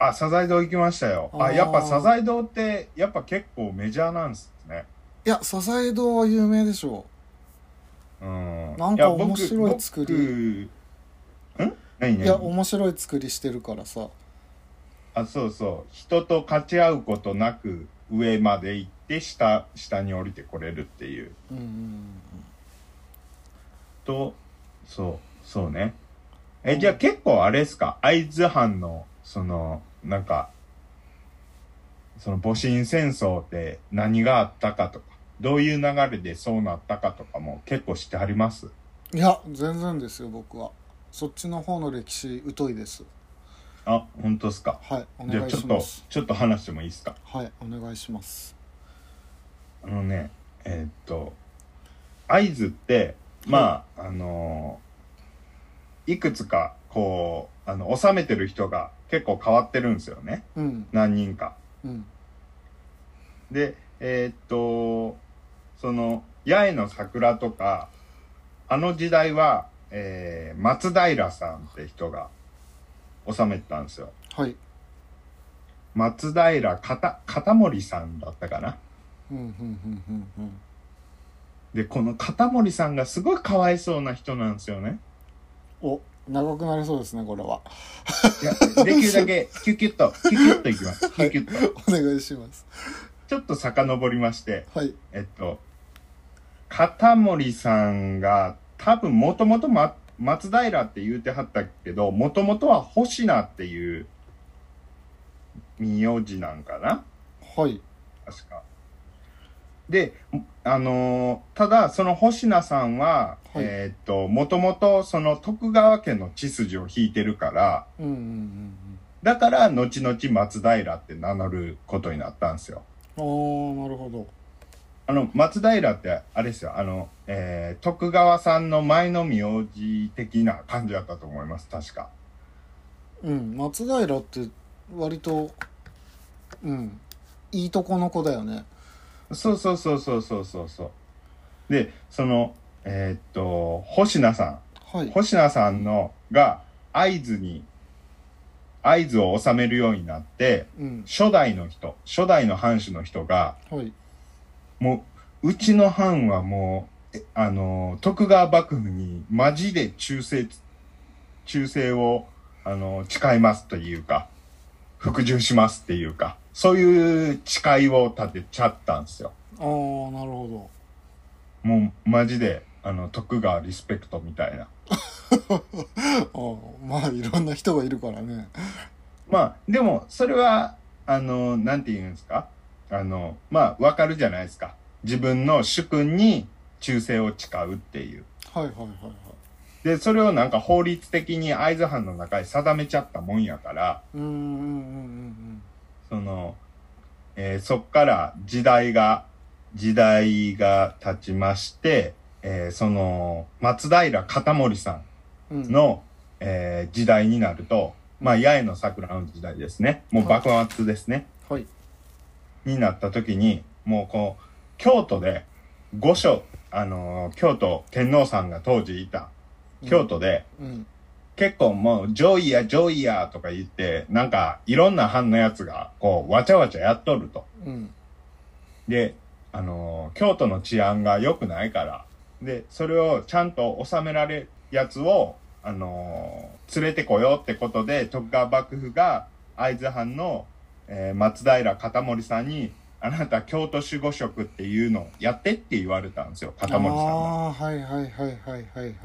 Speaker 2: あ、サザエ堂行きましたよ。
Speaker 1: あ
Speaker 2: あ、
Speaker 1: ー
Speaker 2: やっぱサザエ堂って、やっぱ結構メジャーなんですね。
Speaker 1: いやサザエ堂は有名でしょ
Speaker 2: うん。
Speaker 1: なんか
Speaker 2: や僕
Speaker 1: 面白い作り。
Speaker 2: 僕ん何
Speaker 1: う、
Speaker 2: 何
Speaker 1: いや面白い作りしてるからさ
Speaker 2: あ、そうそう。人と勝ち合うことなく、上まで行って、下、下に降りてこれるっていう。
Speaker 1: うんうんうん
Speaker 2: と、そう、そうね。え、じゃあ結構あれですか会津藩の、その、なんか、その戊辰戦争って何があったかとか、どういう流れでそうなったかとかも結構知ってあります
Speaker 1: いや全然ですよ僕はそっちの方の歴史疎いです
Speaker 2: あ、本当ですか。
Speaker 1: はいお
Speaker 2: じゃあ
Speaker 1: 願い
Speaker 2: ちょっ
Speaker 1: し
Speaker 2: と
Speaker 1: ます、
Speaker 2: ちょっと話してもいいですか。
Speaker 1: はいお願いします
Speaker 2: あのね、えーっと、会津って、まあ、あのーいくつか、こう、あの、治めてる人が結構変わってるんですよね。
Speaker 1: うん
Speaker 2: 何人か。
Speaker 1: うん
Speaker 2: で、えーっと、その、八重の桜とか、あの時代は、えー松平さんって人が治めてたんですよ。
Speaker 1: はい
Speaker 2: 松平かた、片森さんだったかな。
Speaker 1: うんうんうんうんうん
Speaker 2: で、この片森さんがすごいかわいそうな人なんですよね。
Speaker 1: お長くなりそうですねこれは
Speaker 2: いやできるだけ、キュキュッと、キュキュッといきます。キュキュッと。
Speaker 1: お願いします
Speaker 2: ちょっと遡りまして、
Speaker 1: はい
Speaker 2: えっと、片森さんが、多分もともと松平って言うてはったけど、もともとは星名っていう名字なんかな
Speaker 1: はい
Speaker 2: 確か。で、あのーただ、その星名さんは、
Speaker 1: はい
Speaker 2: えーっと、もともとその徳川家の血筋を引いてるから、
Speaker 1: うんうんうん
Speaker 2: だから、後々松平って名乗ることになったんですよ。
Speaker 1: うんああなるほど
Speaker 2: あの、松平って、あれですよ、あの、えー、徳川さんの前の名字的な感じだったと思います、確か。
Speaker 1: うん松平って割とうんいいとこの子だよね
Speaker 2: そうそうそうそうそうそうそう。で、その、えーっと、星名さ
Speaker 1: は
Speaker 2: ん。
Speaker 1: い
Speaker 2: 星名さんの、が、会津に、会津を治めるようになって、
Speaker 1: うん
Speaker 2: 初代の人、初代の藩主の人が、
Speaker 1: はい
Speaker 2: もう、うちの藩はもう、えあの、徳川幕府にマジで忠誠、忠誠を、あの、誓いますというか、服従しますっていうか、そういう誓いを立てちゃったんですよ。
Speaker 1: ああなるほ
Speaker 2: もう、マジで、あの、徳川リスペクトみたいな。
Speaker 1: どああまあいろんな人がいるからね
Speaker 2: まあ、でも、それは、あの、なんて言うんですかあの、まあ、わかるじゃないですか。自分の主君に忠誠を誓うっていう。
Speaker 1: はいはいはいはい
Speaker 2: で、それをなんか法律的に会津藩の中に定めちゃったもんやから、
Speaker 1: うんうんうんうん
Speaker 2: その、えーそっから時代が、時代が経ちまして、えーその、松平片森さ
Speaker 1: うん
Speaker 2: んの、えー時代になると、まあ、八重の桜の時代ですね。もう幕末ですね。
Speaker 1: はい
Speaker 2: になった時に、もうこう、京都で、御所、あのー京都天皇さんが当時いた、京都で、
Speaker 1: うん
Speaker 2: 結構もう、ジョイヤ、ジョイヤとか言って、なんか、いろんな班のやつが、こう、わちゃわちゃやっとると。
Speaker 1: うん
Speaker 2: で、あのー京都の治安が良くないから、で、それをちゃんと収められるやつを、あのー連れてこようってことで、徳川幕府が会津藩の、えー松平片森さんに、あなた京都守護職っていうのをやってって言われたんですよ、片森さんが。
Speaker 1: ああーはいはいはいはいはいはい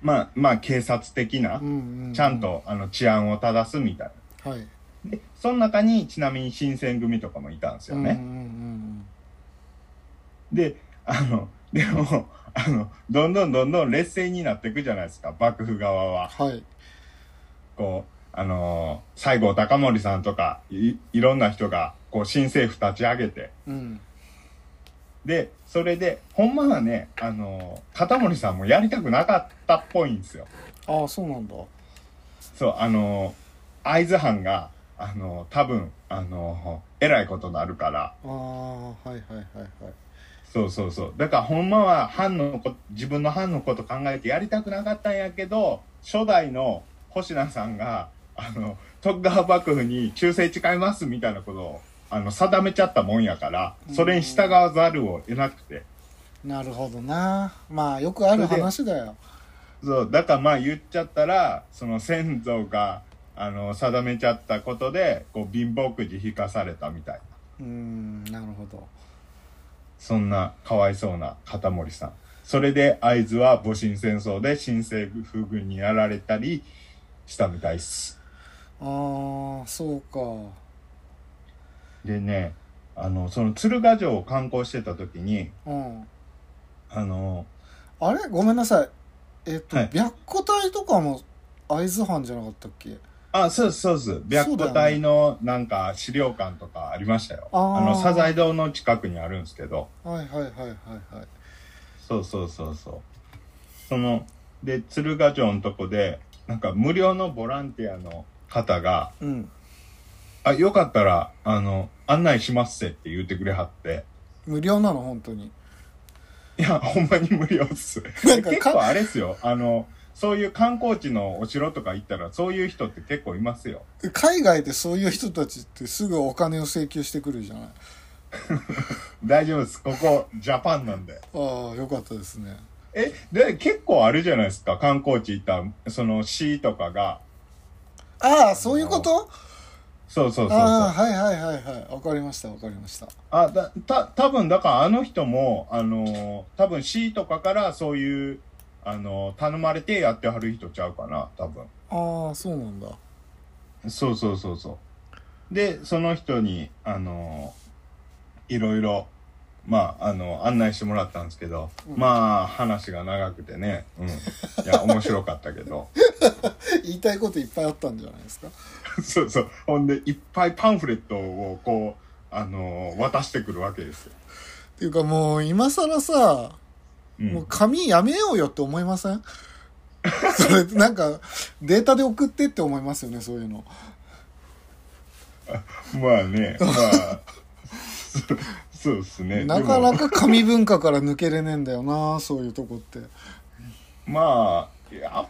Speaker 2: まあ、まあ、警察的な
Speaker 1: う、んうう
Speaker 2: ちゃんと、あの、治安を正すみたい
Speaker 1: はい
Speaker 2: な。で、その中に、ちなみに新選組とかもいたんですよね。
Speaker 1: うんうんうん
Speaker 2: で、あの、でも、あの、どんどんどんどん劣勢になっていくじゃないですか、幕府側は。
Speaker 1: はい
Speaker 2: こう、あのー西郷隆盛さんとか、いいろんな人が、こう、新政府立ち上げて。
Speaker 1: うん
Speaker 2: で、それで、ほんまはね、あのー片森さんもやりたくなかったっぽいんですよ。
Speaker 1: ああそうなんだ
Speaker 2: そう、あのー会津藩が、あのー多分、あのーえらいことになるから、
Speaker 1: ああはいはいはいはい
Speaker 2: そうそうそう。だからほんまは藩のこ自分の藩のこと考えてやりたくなかったんやけど、初代の星名さんが、あの、徳川幕府に忠誠誓いますみたいなことを、あの、定めちゃったもんやから、それに従わざるを得なくて。
Speaker 1: なるほどなまあよくある話だよ
Speaker 2: そう、だからまあ言っちゃったら、その先祖が、あの、定めちゃったことで、こう、貧乏くじ引かされたみたいな。
Speaker 1: うーんなるほど
Speaker 2: そんなかわいそうな片森さん。それで会津は戊辰戦争で新政府軍にやられたりしたみたいっす。
Speaker 1: ああそうか
Speaker 2: でね、あの、その鶴ヶ城を観光してた時に、
Speaker 1: うん
Speaker 2: あの、
Speaker 1: あれごめんなさいえっと、
Speaker 2: はい
Speaker 1: 白虎隊とかも会津藩じゃなかったっけ
Speaker 2: あ、そうです、そうです。白虎隊のなんか資料館とかありましたよ。
Speaker 1: あー
Speaker 2: あの、サザエ堂の近くにあるんですけど。
Speaker 1: はいはいはいはいはい
Speaker 2: そうそうそうそう。その、で、鶴ヶ城のとこで、なんか無料のボランティアの方が、
Speaker 1: うん
Speaker 2: あ、よかったら、あの、案内しますせって言ってくれはって。
Speaker 1: 無料なの本当に
Speaker 2: いや、ほんまに無理っす。
Speaker 1: なんかか
Speaker 2: 結構あれっすよ。あの、そういう観光地のお城とか行ったら、そういう人って結構いますよ。
Speaker 1: 海外でそういう人たちってすぐお金を請求してくるじゃない
Speaker 2: 大丈夫です。ここ、ジャパンなんで。
Speaker 1: ああよかったですね
Speaker 2: え、で、結構あるじゃないですか。観光地行ったら、その、市とかが。
Speaker 1: ああそういうこと
Speaker 2: そうそうそうそう。
Speaker 1: ああ
Speaker 2: あ
Speaker 1: はいはいはいはいわかりましたわかりました
Speaker 2: だ、た、多分だからあの人も、あの、多分市とかからそういう、あの、頼まれてやってはる人ちゃうかな、多分。
Speaker 1: ああそうなんだ
Speaker 2: そうそうそうそう。で、その人に、あのーいろいろ、まあ、あの、案内してもらったんですけど、
Speaker 1: うん
Speaker 2: まあ、話が長くてね、うん。いや、面白かったけど。
Speaker 1: 言いたいこといっぱいあったんじゃないですか
Speaker 2: そうそう。ほんで、いっぱいパンフレットを、こう、あのー渡してくるわけですよ。
Speaker 1: っていうかもう今更さ、
Speaker 2: う。
Speaker 1: もうん紙やめようよって思いません それなんかデータで送ってって思いますよねそういうの
Speaker 2: まあね、ま あ、そうそうですね。
Speaker 1: なかな
Speaker 2: で
Speaker 1: か
Speaker 2: も
Speaker 1: 紙文化から抜けれねえんだよなそういうとこって
Speaker 2: まあ、いや、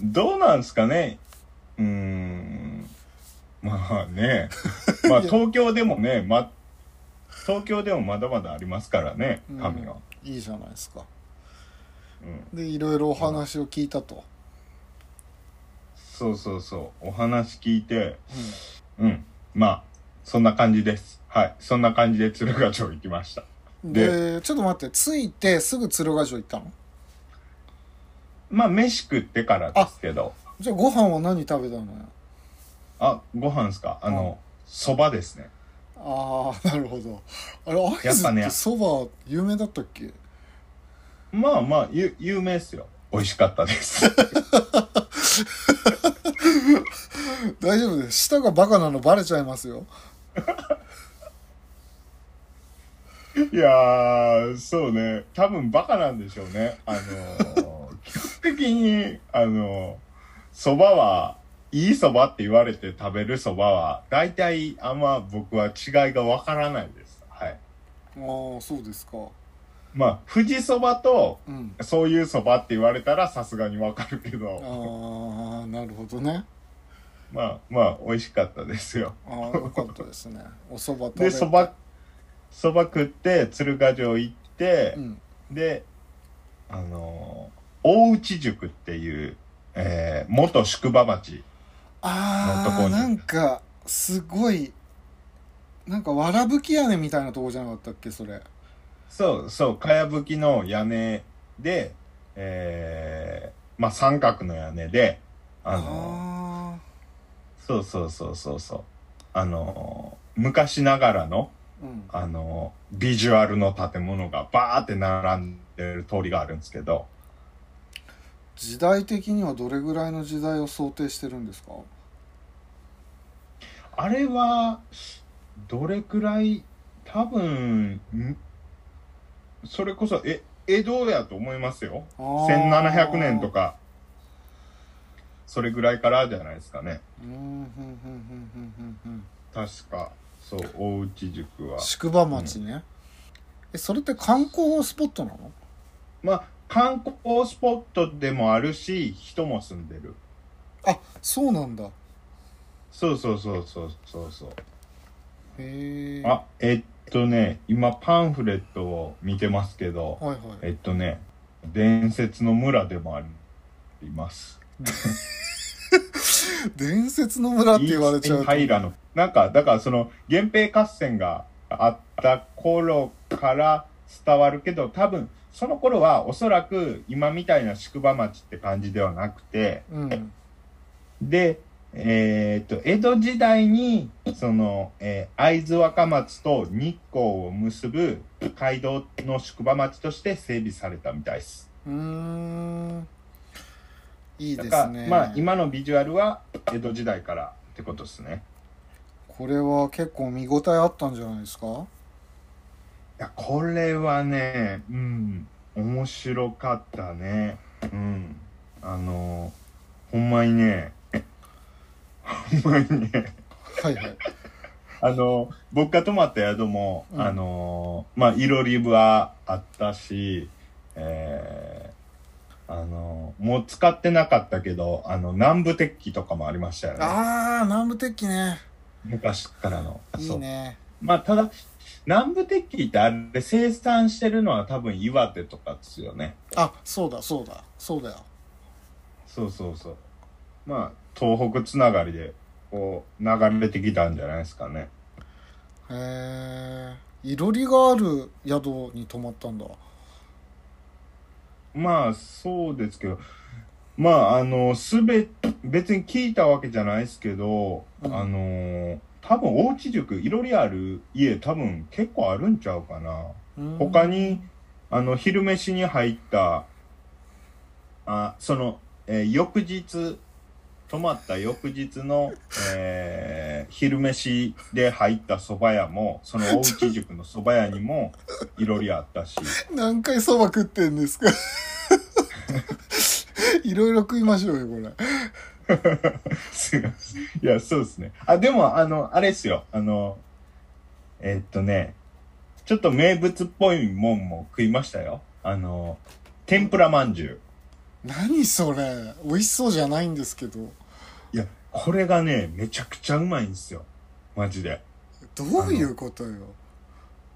Speaker 2: どうなんですかね。うーん。まあ ね。まあ東京でもね、ま、東京でもまだまだありますからね、紙は。
Speaker 1: いいじゃないですか
Speaker 2: うん。
Speaker 1: でいろいろお話を聞いたと、
Speaker 2: そうそうそう。お話聞いて、うん。まあ、そんな感じです。はい。そんな感じで鶴ヶ城行きました。
Speaker 1: うんでちょっと待って着いてすぐ鶴ヶ城行ったの
Speaker 2: まあ、飯食ってからですけど。
Speaker 1: じゃあご飯は何食べたのよ
Speaker 2: あ、ご飯ですかあの、蕎麦ですね。
Speaker 1: ああなるほどあれ会
Speaker 2: やっ
Speaker 1: 津
Speaker 2: ぱ
Speaker 1: っ
Speaker 2: ね
Speaker 1: てそば有名だったっけ
Speaker 2: まあまあ、ゆ、有名っすよ。美味しかったです。
Speaker 1: 大丈夫です舌がバカなのバレちゃいますよ
Speaker 2: いやー、そうね。多分バカなんでしょうね。あのー、基本的に、あのー、蕎麦は、いい蕎麦って言われて食べる蕎麦は、大体あんま僕は違いがわからないです。はい。
Speaker 1: ああそうですか
Speaker 2: まあ、富士蕎麦と、
Speaker 1: うん
Speaker 2: そういう蕎麦って言われたらさすがにわかるけど、
Speaker 1: ああなるほどね
Speaker 2: まあまあ、美味しかったですよ。
Speaker 1: ああよかったですねお蕎麦食べ
Speaker 2: で、
Speaker 1: て
Speaker 2: 蕎麦、蕎麦食って、鶴ヶ城行って、
Speaker 1: うん
Speaker 2: で、あのー大内塾っていう、えー元宿場町。のと
Speaker 1: あ
Speaker 2: こ
Speaker 1: あ
Speaker 2: に
Speaker 1: なんかすごいなんかわらぶき屋根みたいなとこじゃなかったっけそれ
Speaker 2: そうそう、かやぶきの屋根で、えーまあ三角の屋根で、あの
Speaker 1: あ
Speaker 2: ーそうそうそうそうそう、あのー昔ながらの、
Speaker 1: ーうん
Speaker 2: あのービジュアルの建物がバーって並んでる通りがあるんですけど、
Speaker 1: 時代的にはどれぐらいの時代を想定してるんですか
Speaker 2: あれは、どれくらい、多分、んそれこそ、え、江戸やと思いますよ。
Speaker 1: あー
Speaker 2: 1700年とか、それぐらいからじゃないですかね。
Speaker 1: うんふんふんふんふんふんふん
Speaker 2: 確か、そう、大内塾は。
Speaker 1: 宿場町ね、えそれって観光スポットなの
Speaker 2: まあ、観光スポットでもあるし、人も住んでる。
Speaker 1: あそうなんだへ
Speaker 2: そうそうそうそうそうそう。
Speaker 1: えは
Speaker 2: あ、えっとね、今パンフレットを見てますけど、
Speaker 1: いはい
Speaker 2: えっとね、伝説の村でもあります。
Speaker 1: 伝説の村って言われちゃうと
Speaker 2: 平の。なんか、だからその、源平合戦があった頃から伝わるけど、多分、その頃はおそらく今みたいな宿場町って感じではなくて、
Speaker 1: うん
Speaker 2: で、えーっと、江戸時代に、その、えー会津若松と日光を結ぶ街道の宿場町として整備されたみたいです。
Speaker 1: うーんいい
Speaker 2: だ
Speaker 1: で
Speaker 2: から
Speaker 1: すね
Speaker 2: まあ今のビジュアルは江戸時代からってことですね
Speaker 1: これは結構見応えあったんじゃないですか
Speaker 2: いやこれはねうん面白かったねうんあのほんまにね ほんまにね
Speaker 1: はいはい
Speaker 2: あの僕が泊まった宿も、
Speaker 1: うん
Speaker 2: あのまあいろりはあったしえーあのもう使ってなかったけどあの南部鉄器とかもありましたよね
Speaker 1: ああ南部鉄器ね
Speaker 2: 昔からの
Speaker 1: い
Speaker 2: そ
Speaker 1: いうね
Speaker 2: まあ、ただ、南部鉄器ってあれ生産してるのは多分岩手とかですよね。
Speaker 1: あそうだそうだそうだよ
Speaker 2: そうそうそう。まあ、東北つながりで、こう、流れてきたんじゃないですかね。
Speaker 1: へえいろりがある宿に泊まったんだ
Speaker 2: まあ、そうですけど、まあ、あの、すべ、別に聞いたわけじゃないですけど、
Speaker 1: うん
Speaker 2: あの、多分、おうち塾、いろりある家、多分結構あるんちゃうかな。
Speaker 1: うーん
Speaker 2: 他にあの昼飯に入ったあその、えー翌日泊まった翌日の、えー昼飯で入った蕎麦屋もその大内塾の蕎麦屋にもいろりあったし
Speaker 1: 何回そば食ってんですかいろいろ食いましょうよこれ
Speaker 2: すいませんいやそうですねあでもあのあれですよあのえーっとねちょっと名物っぽいもんも食いましたよあの天ぷらまんじゅう
Speaker 1: 何それ美味しそうじゃないんですけど
Speaker 2: いや、これがね、めちゃくちゃうまいんですよ。マジで。
Speaker 1: どういうことよ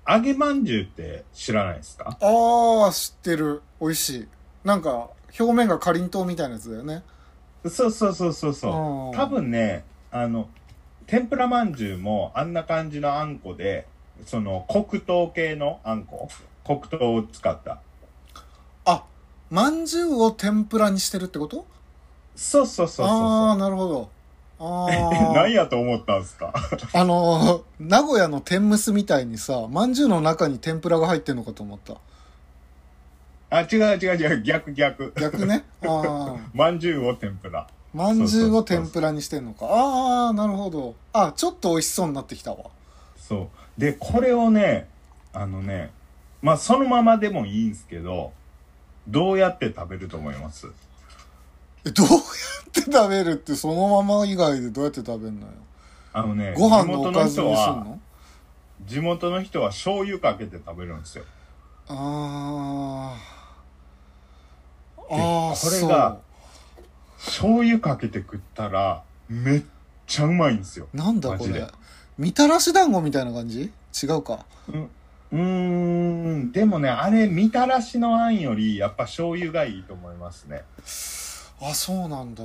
Speaker 2: 揚げまんじゅうって知らないですか
Speaker 1: ああー知ってる美味しいなんか表面がかりんとうみたいなやつだよね
Speaker 2: そうそうそうそうそう。
Speaker 1: あー
Speaker 2: 多分ね、あの、天ぷらまんじゅうもあんな感じのあんこで、その黒糖系のあんこ黒糖を使った。
Speaker 1: あまんじゅうを天ぷらにしてるってこと
Speaker 2: そうそうそう
Speaker 1: ああー
Speaker 2: そう
Speaker 1: なるほどあ
Speaker 2: そう。
Speaker 1: あ
Speaker 2: 何やと思ったんですか
Speaker 1: あのー名古屋の天むすみたいにさまんじゅうの中に天ぷらが入ってんのかと思った
Speaker 2: あ、違う違う違う、逆逆。
Speaker 1: 逆ねああ
Speaker 2: まんじゅうを天ぷら。
Speaker 1: まんじゅうを天ぷらにしてんのかああなるほどあちょっと美味しそうになってきたわ
Speaker 2: そう。で、これをね、あのね、まあそのままでもいいんですけど、どうやって食べると思います
Speaker 1: えどうやって食べるってそのまま以外でどうやって食べるのよ
Speaker 2: あのね、
Speaker 1: ご飯のお
Speaker 2: 地元の
Speaker 1: かず
Speaker 2: 人
Speaker 1: にする
Speaker 2: は、
Speaker 1: の
Speaker 2: 地元の人は醤油かけて食べるんですよ。
Speaker 1: あー
Speaker 2: で
Speaker 1: ああ
Speaker 2: これが醤油かけて食ったら、めっちゃうまいんですよ。
Speaker 1: なんだこ
Speaker 2: マジ
Speaker 1: れ
Speaker 2: で
Speaker 1: みたらし団子みたいな感じ違うか
Speaker 2: うんうーん、でもね、あれ、みたらしのあんより、やっぱ醤油がいいと思いますね。
Speaker 1: あそうなんだ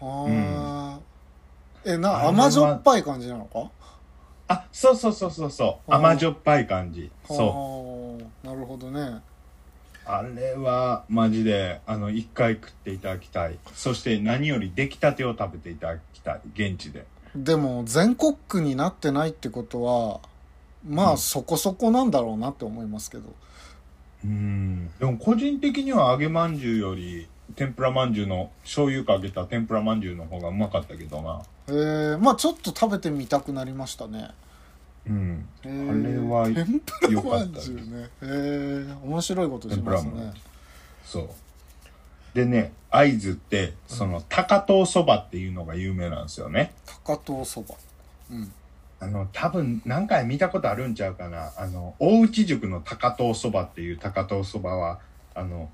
Speaker 1: あー
Speaker 2: ん
Speaker 1: えな
Speaker 2: あれは
Speaker 1: 甘じょっぱい感じなのか
Speaker 2: あ、そうそうそうそうそう。
Speaker 1: あー
Speaker 2: 甘じょっぱい感じ。そう。
Speaker 1: うなるほどね
Speaker 2: あれは、マジで、あの、一回食っていただきたい。そして、何より出来たてを食べていただきたい。現地で。
Speaker 1: でも全国区になってないってことはま
Speaker 2: う
Speaker 1: あ
Speaker 2: ん
Speaker 1: そこそこなんだろうなって思いますけど、
Speaker 2: うん。でも、個人的には揚げまんじゅうより、天ぷらまんじゅうの、醤油かけた天ぷらまんじゅうの方がうまかったけどな。
Speaker 1: えー、まあちょっと食べてみたくなりましたね、
Speaker 2: うん。
Speaker 1: え
Speaker 2: あれ
Speaker 1: ー、
Speaker 2: は、
Speaker 1: 天
Speaker 2: 良
Speaker 1: ぷら
Speaker 2: か
Speaker 1: ま
Speaker 2: っ
Speaker 1: ん
Speaker 2: た。
Speaker 1: じゅうねえー、面白いことします
Speaker 2: 天ぷら
Speaker 1: ね
Speaker 2: まんそう。でね、会津って、その、高遠そばっていうのが有名なんですよね。
Speaker 1: 高遠そばうん
Speaker 2: あの、多分何回見たことあるんちゃうかな。あの、大内塾の高遠そばっていう高遠そばは、あの、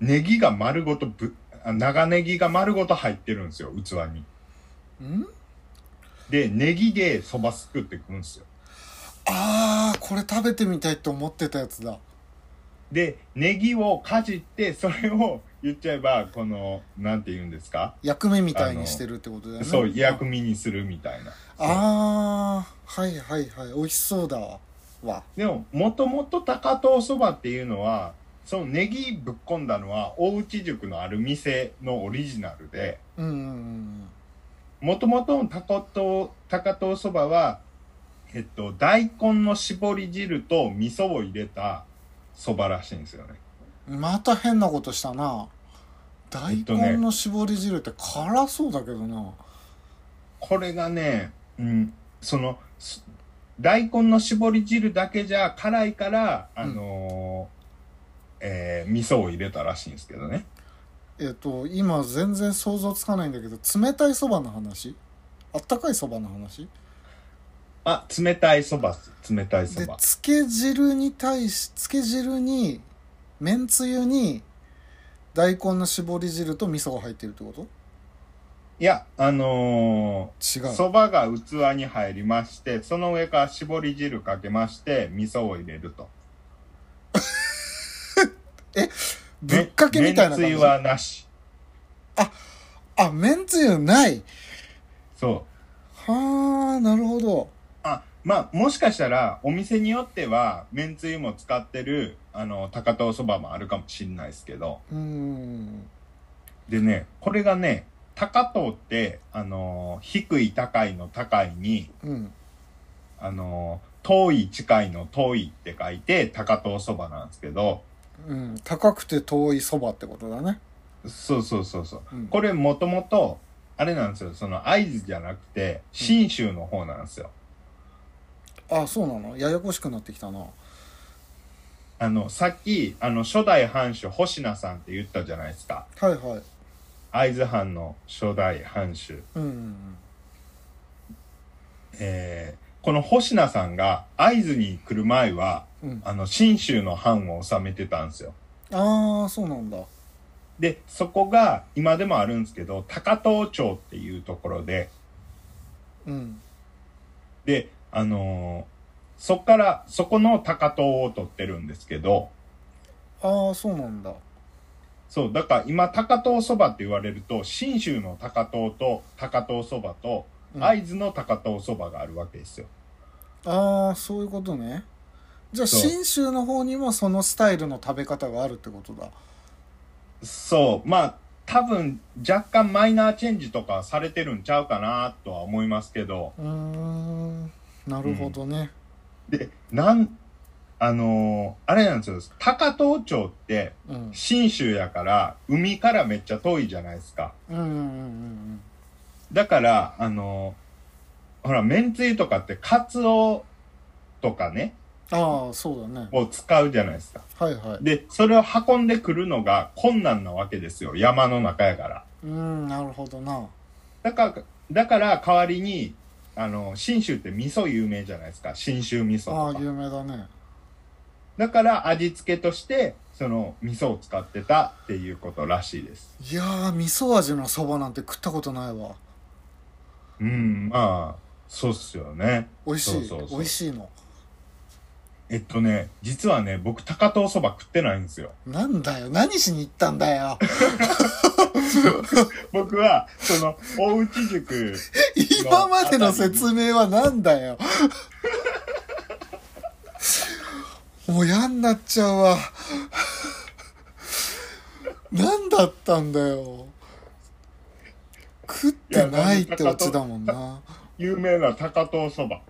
Speaker 2: ネギが丸ごとぶ、あ長ネギが丸ごと入ってるんですよ、器に。
Speaker 1: ん
Speaker 2: で、ネギでそばすくってくるんですよ。
Speaker 1: あーこれ食べてみたいと思ってたやつだ
Speaker 2: で、ネギをかじって、それを言っちゃえば、この、なんて言うんですか、
Speaker 1: 役目みたいにしてるってことだよね
Speaker 2: そう、薬味にするみたいな。
Speaker 1: ああはいはいはい美味しそうだわわ
Speaker 2: でも、もともと高遠そばっていうのは、そのネギぶっ込んだのは、大内塾のある店のオリジナルで、
Speaker 1: うんうんうん
Speaker 2: もともとの高遠、高遠そばは、えっと、大根の絞り汁と味噌を入れたそばらしいんですよね。
Speaker 1: うんまた変なことしたな
Speaker 2: え
Speaker 1: 大
Speaker 2: っとね
Speaker 1: 根の絞り汁って辛そうだけどな、
Speaker 2: これがね、うん、その、す大根の絞り汁だけじゃ辛いから、あのーえー味噌を入れたらしいんですけどね。
Speaker 1: えっ、と今全然想像つかないんだけど冷たいそばの話あったかいそばの話
Speaker 2: あ、冷たいそばっす、冷たいそ
Speaker 1: で
Speaker 2: ば。
Speaker 1: つけ汁に対しつけ汁にめんつゆに大根の絞り汁と味噌が入ってるってこと
Speaker 2: いや、あの
Speaker 1: 違
Speaker 2: ー、
Speaker 1: う
Speaker 2: そばが器に入りまして、その上から絞り汁かけまして、味噌を入れると。
Speaker 1: ぶっかけみたいな感
Speaker 2: めんつ
Speaker 1: じ
Speaker 2: ゆはなし。
Speaker 1: あめんつゆない
Speaker 2: そう。
Speaker 1: はあなるほど
Speaker 2: あ、まあ、もしかしたら、お店によっては、めんつゆも使ってる、あの、高遠そばもあるかもしれないですけど。
Speaker 1: うーん
Speaker 2: でね、これがね、高遠って、あのー低い高いの高いに、
Speaker 1: うん
Speaker 2: あのー遠い近いの遠いって書いて、高遠そばなんですけど、
Speaker 1: うん高くて遠いそばってことだね、
Speaker 2: そうそうそうそう。
Speaker 1: うん、
Speaker 2: これもともと、あれなんですよ、その会津じゃなくて、信州の方なんですよ。
Speaker 1: あそうなのややこしくなってきたな
Speaker 2: あの、さっき、あの、初代藩主、星名さんって言ったじゃないですか。
Speaker 1: はいはい
Speaker 2: 会津藩の初代藩主。
Speaker 1: うんうんうん
Speaker 2: えーこの星名さんが会津に来る前は、
Speaker 1: うん、
Speaker 2: あの、信州の藩を治めてたんですよ。
Speaker 1: ああそうなんだ
Speaker 2: で、そこが今でもあるんですけど、高遠町っていうところで、
Speaker 1: うん
Speaker 2: で、あのーそっから、そこの高遠を取ってるんですけど、
Speaker 1: ああそうなんだ
Speaker 2: そう、だから今、高遠そばって言われると、信州の高遠と高遠そばと、
Speaker 1: うん
Speaker 2: 会津の高遠そばがあるわけですよ。
Speaker 1: ああそういうことねじゃあ
Speaker 2: そう
Speaker 1: 信州の方にもそのスタイルの食べ方があるってことだ
Speaker 2: そう、まあ、多分、若干マイナーチェンジとかされてるんちゃうかなとは思いますけど、
Speaker 1: うーんなるほどね、
Speaker 2: で、なん、あのーあれなんですよ、高遠町って、
Speaker 1: うん、うん
Speaker 2: 信州やから、海からめっちゃ遠いじゃないですか。
Speaker 1: うんうんうん
Speaker 2: だから、あのーほら、めんつゆとかって、カツオとかね、
Speaker 1: ああそうだね
Speaker 2: を使うじゃないですか。
Speaker 1: はいはい
Speaker 2: で、それを運んでくるのが困難なわけですよ。山の中やから。
Speaker 1: うんなるほどな
Speaker 2: だから、だから代わりに、あの、信州って味噌有名じゃないですか。信州味
Speaker 1: あ
Speaker 2: 噌
Speaker 1: あ
Speaker 2: とか。
Speaker 1: 有名だね
Speaker 2: だから味付けとして、その味噌を使ってたっていうことらしいです。
Speaker 1: いやー味噌味のそばなんて食ったことないわ
Speaker 2: うん、まあ、そうっすよね。
Speaker 1: 美味しい
Speaker 2: そうそうそう
Speaker 1: 美味しいの
Speaker 2: えっとね、実はね、僕、高遠そば食ってないんですよ。
Speaker 1: なんだよ何しに行ったんだよ
Speaker 2: 僕は、その、大内塾、
Speaker 1: 今までの説明はなんだよもう嫌になっちゃうわ何だったんだよ食ってないってオチだもんな
Speaker 2: 有名な高遠そば。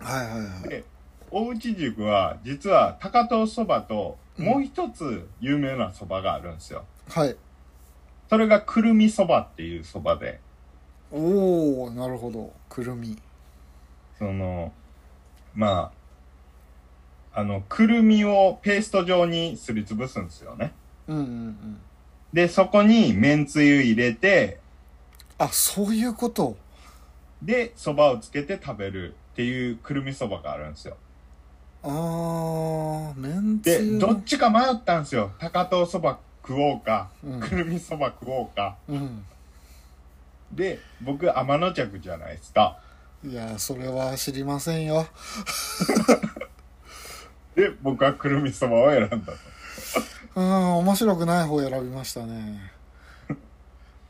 Speaker 1: はいはいはい
Speaker 2: で、大内塾は、実は高遠そばと、もう一つ有名なそばがあるんですよ。
Speaker 1: はい
Speaker 2: それが、くるみそばっていうそばで、
Speaker 1: おおなるほどくるみ
Speaker 2: その、まあ、あの、くるみをペースト状にすりつぶすんですよね。
Speaker 1: うんうんうん
Speaker 2: で、そこに麺つゆ入れて、
Speaker 1: あそういうこと
Speaker 2: で、そばをつけて食べるっていうくるみそばがあるんですよ。
Speaker 1: あーめんつ
Speaker 2: で、
Speaker 1: ゆ
Speaker 2: どっちか迷ったんですよ。高遠そば食おうか、
Speaker 1: うん
Speaker 2: くるみそば食おうか。
Speaker 1: うん
Speaker 2: で、僕、天の着じゃないですか。
Speaker 1: いやそれは知りませんよ
Speaker 2: で、僕はくるみそばを選んだと。
Speaker 1: うん面白くない方選びましたね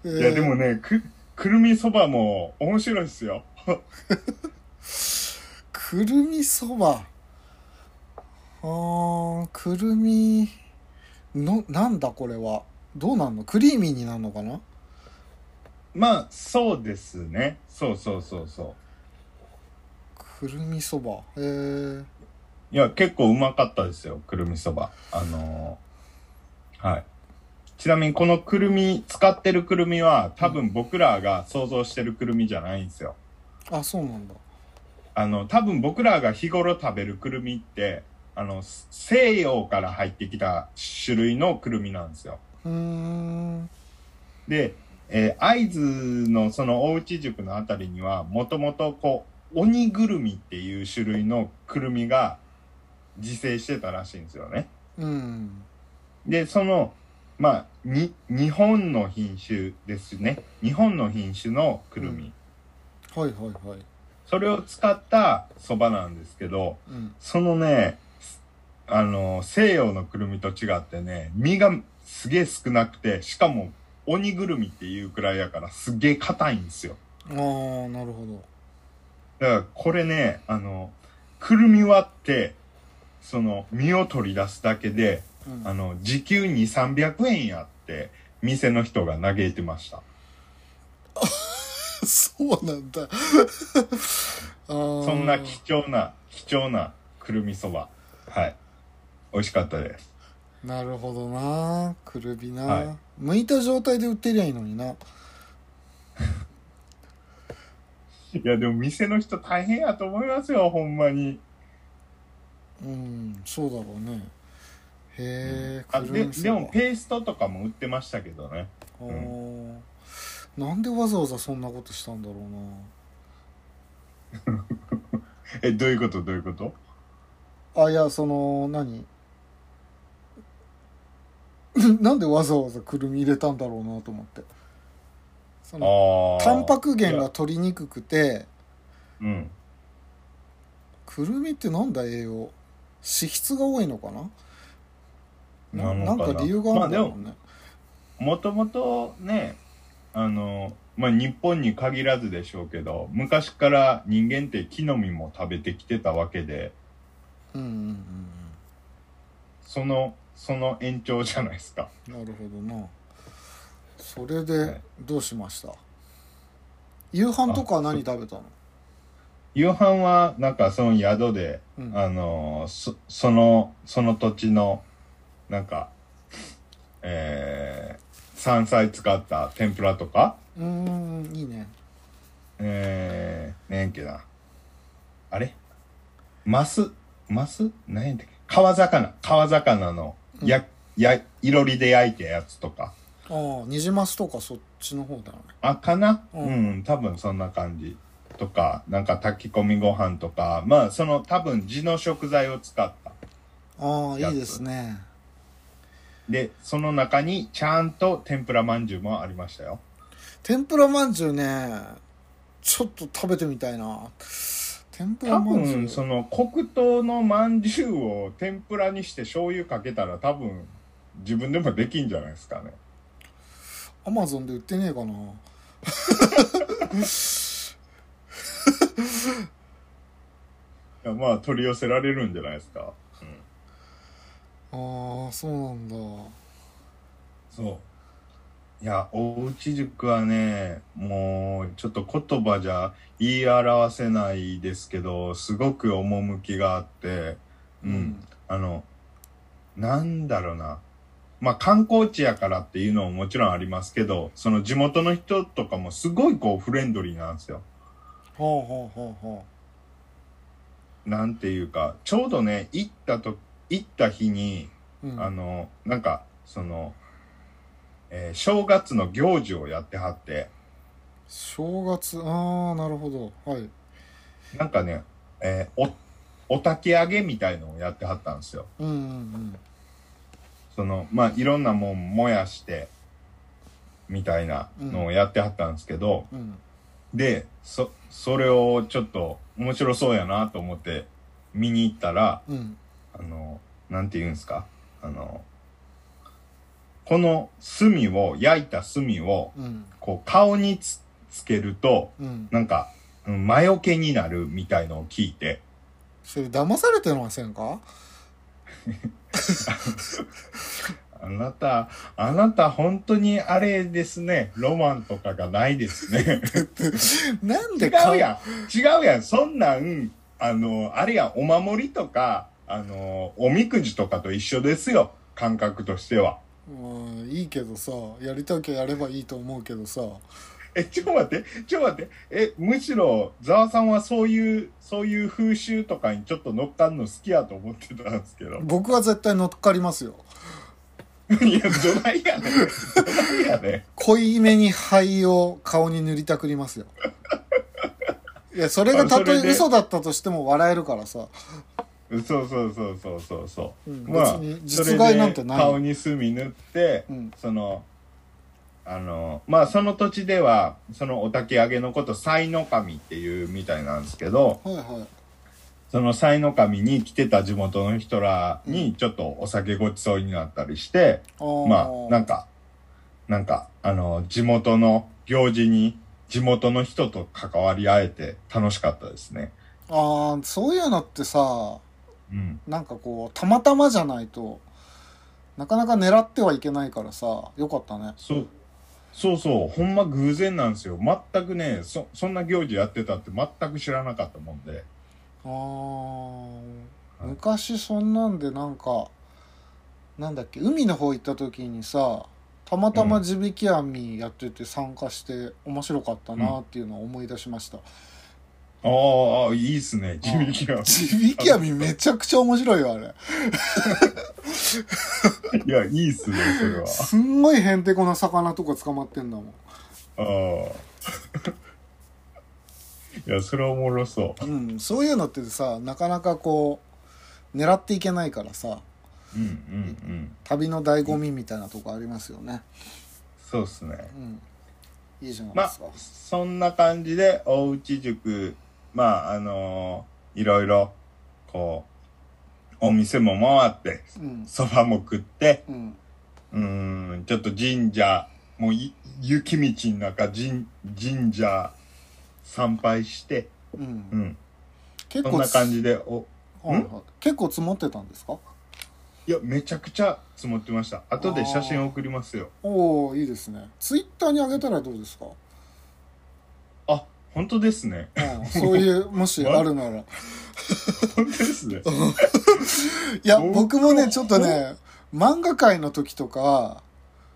Speaker 1: い
Speaker 2: いや、でもね、く、くるみそばも面白いですよ。
Speaker 1: くるみそばあーくるみのなんだこれはどうなんのクリーミーになるのかな
Speaker 2: まあ、そうですね。そうそうそうそ
Speaker 1: くるみそばへえー、
Speaker 2: う。いや、結構うまかったですよ、くるみそば。あのーはい。ちなみに、このくるみ、使ってるくるみは、多分僕らが想像してるくるみじゃないんですよ。
Speaker 1: あそうなんだ
Speaker 2: あの、多分僕らが日頃食べるくるみって、あの、西洋から入ってきた種類のくるみなんですよ。
Speaker 1: うーん
Speaker 2: で、えー会津のその大内塾のあたりには、もともとこう、鬼ぐるみっていう種類のくるみが自生してたらしいんですよね。
Speaker 1: うん
Speaker 2: で、その、まあ、に、日本の品種ですね。日本の品種のくるみ。
Speaker 1: うんはいはいはい
Speaker 2: それを使ったそばなんですけど、
Speaker 1: うん
Speaker 2: そのね、あの、西洋のくるみと違ってね、身がすげえ少なくて、しかも鬼ぐるみっていうくらいやからすげえ硬いんですよ。
Speaker 1: ああなるほど
Speaker 2: だからこれね、あの、くるみ割って、その、身を取り出すだけで、
Speaker 1: うん
Speaker 2: あの、時給2、300円やって、店の人が嘆いてました。
Speaker 1: そうなん だ。そ
Speaker 2: そんな貴重な、貴重なくるみそば。はい。美味しかったです。
Speaker 1: なるほどな。くるびな。
Speaker 2: はい
Speaker 1: 剥いた状態で売ってりゃいいのにな。
Speaker 2: いや、でも店の人大変やと思いますよ、ほんまに。
Speaker 1: うん、そうだろうね。へえ、
Speaker 2: あ
Speaker 1: く
Speaker 2: で
Speaker 1: るみそば
Speaker 2: でもペーストとかも売ってましたけどね
Speaker 1: あーなんでわざわざそんなことしたんだろうな。
Speaker 2: えどういうことどういうこと
Speaker 1: あいやその何 なんでわざわざくるみ入れたんだろうなと思ってその
Speaker 2: ああ
Speaker 1: タンパク
Speaker 2: い
Speaker 1: 源が
Speaker 2: や
Speaker 1: 取りにくくて
Speaker 2: うん
Speaker 1: くるみってなんだ栄養脂質が多いのかなな
Speaker 2: なのかな
Speaker 1: なんか理由があるんだろうね、
Speaker 2: もともとねあのまあ日本に限らずでしょうけど昔から人間って木の実も食べてきてたわけで
Speaker 1: うんうん
Speaker 2: そのその延長じゃないですか
Speaker 1: うんうんなるほどなそれ
Speaker 2: は
Speaker 1: で
Speaker 2: い
Speaker 1: どうしました夕飯とかは何食べたの
Speaker 2: 夕飯はなんかその宿で
Speaker 1: うん
Speaker 2: あのそそのその土地のなんかえー、山菜使った天ぷらとか
Speaker 1: うーんいいね
Speaker 2: えー、ねんやっけな。あれマス、マス何やったっけ川魚。川魚の、や、や、いろりで焼いたやつとか。
Speaker 1: ああニジマスとかそっちの方だよね
Speaker 2: あ、かな
Speaker 1: う
Speaker 2: うんん、多分そんな感じ。とか、なんか炊き込みご飯とか、まあその多分地の食材を使った。
Speaker 1: ああ
Speaker 2: や
Speaker 1: い
Speaker 2: つ
Speaker 1: いですね
Speaker 2: で、その中にちゃんと天ぷらまんじゅうもありましたよ。
Speaker 1: 天ぷらまんじゅうねちょっと食べてみたいな天ぷら
Speaker 2: 多
Speaker 1: まんじゅ
Speaker 2: 分
Speaker 1: う
Speaker 2: その黒糖のまんじゅうを天ぷらにして醤油かけたら多分自分でもできんじゃないですかね。
Speaker 1: アマゾンで売ってねえかな
Speaker 2: いやまあ取り寄せられるんじゃないですか。うん
Speaker 1: ああそうなんだ
Speaker 2: そう。いや、おうち塾はね、もう、ちょっと言葉じゃ言い表せないですけど、すごく趣があって、うん。あの、なんだろうな。まあ、観光地やからっていうのももちろんありますけど、その地元の人とかもすごいこうフレンドリーなんですよ。
Speaker 1: はあはあはあは
Speaker 2: なんていうか、ちょうどね、行ったと、行った日に、
Speaker 1: あうん
Speaker 2: あの、なんか、その、えー正月の行事をやってはって、
Speaker 1: 正月ああなるほどはい
Speaker 2: なんかね、えーお、お焚き上げみたいのをやってはったんですよ。
Speaker 1: うんうん
Speaker 2: その、まあ、いろんなもん燃やして、みたいなのをやってはったんですけど、
Speaker 1: うんうん
Speaker 2: で、そ、それをちょっと面白そうやなと思って見に行ったら、
Speaker 1: うん
Speaker 2: あの、なんて言うんですか、あの、この炭を、焼いた炭を、
Speaker 1: うん
Speaker 2: こう顔につ、つけると、
Speaker 1: うん
Speaker 2: なんか、うん魔除けになるみたいのを聞いて、
Speaker 1: それ騙されてませんか
Speaker 2: あなた、あなた本当にあれですね、ロマンとかがないですね。
Speaker 1: なん
Speaker 2: 違
Speaker 1: でか
Speaker 2: うやん、違うやん、そんなん、あの、あれやん、お守りとか、あの、おみくじとかと一緒ですよ、感覚としては。
Speaker 1: うんいいけどさやりたきゃやればいいと思うけどさ
Speaker 2: え、ちょっと待って、ちょっと待って、え、むしろ、ざわさんはそういう、そういう風習とかにちょっと乗っかんの好きやと思ってたんですけど。
Speaker 1: 僕は絶対乗っかりますよ
Speaker 2: いや、どないやねん。どないやねん。
Speaker 1: 濃いめに灰を顔に塗りたくり ますよいやそれがたと
Speaker 2: あ
Speaker 1: え
Speaker 2: それで
Speaker 1: 嘘だったとしても笑えるからさ、
Speaker 2: そうそうそうそうそうそう、
Speaker 1: うん
Speaker 2: まあ
Speaker 1: 別に実害なんてない
Speaker 2: それで顔に墨塗って、
Speaker 1: うん
Speaker 2: そのあのまあその土地ではそのお焚き上げのこと賽の神っていうみたいなんですけど
Speaker 1: はいはい
Speaker 2: その賽の神に来てた地元の人らにちょっとお酒ごちそうになったりして、
Speaker 1: あー
Speaker 2: まあなんかなんかあの地元の行事に地元の人と関わり合えて楽しかったですね。
Speaker 1: あーそういうのってさ
Speaker 2: うん、
Speaker 1: なんかこうたまたまじゃないとなかなか狙ってはいけないからさよかったね
Speaker 2: そうそうそうほんま偶然なんですよ全くねそそんな行事やってたって全く知らなかったもんで
Speaker 1: あー
Speaker 2: い
Speaker 1: 昔そんなんでなんかなんだっけ海の方行った時にさたまたま地引き網やってて参加して面白かったなっていうのを思い出しま した、
Speaker 2: ああいいっすね地引きが
Speaker 1: 地引き網めちゃくちゃ面白いよあれ
Speaker 2: いやいいっすねそれは
Speaker 1: すんごいへんてこな魚とか捕まってんだもん
Speaker 2: ああ いやそれはおもろそ
Speaker 1: うん、そういうのってさなかなかこう狙っていけないからさ
Speaker 2: ううんうんうん
Speaker 1: 旅の醍醐味みたいなとこありますよね、
Speaker 2: そうっすね
Speaker 1: うん、いいじゃない
Speaker 2: ま
Speaker 1: で
Speaker 2: あ
Speaker 1: すか、
Speaker 2: そんな感じでおうち塾まああのーいろいろこうお店も回って
Speaker 1: うん
Speaker 2: そばも食って
Speaker 1: うん
Speaker 2: うーん、ちょっと神社、もうい雪道の中、神、神社参拝して、
Speaker 1: う、
Speaker 2: うんん。
Speaker 1: 結
Speaker 2: そん
Speaker 1: 構
Speaker 2: な
Speaker 1: つ
Speaker 2: 感じで、お、
Speaker 1: はいはい結構積もってたんですか
Speaker 2: いや、めちゃくちゃ積もってました。後で写真送りますよ。
Speaker 1: おおいいですねツイッターに上げたらどうですか、
Speaker 2: あ本当ですね。
Speaker 1: うん、そういうもしあるな らい
Speaker 2: 本当ですね。
Speaker 1: や僕もねちょっとね漫画界の時とか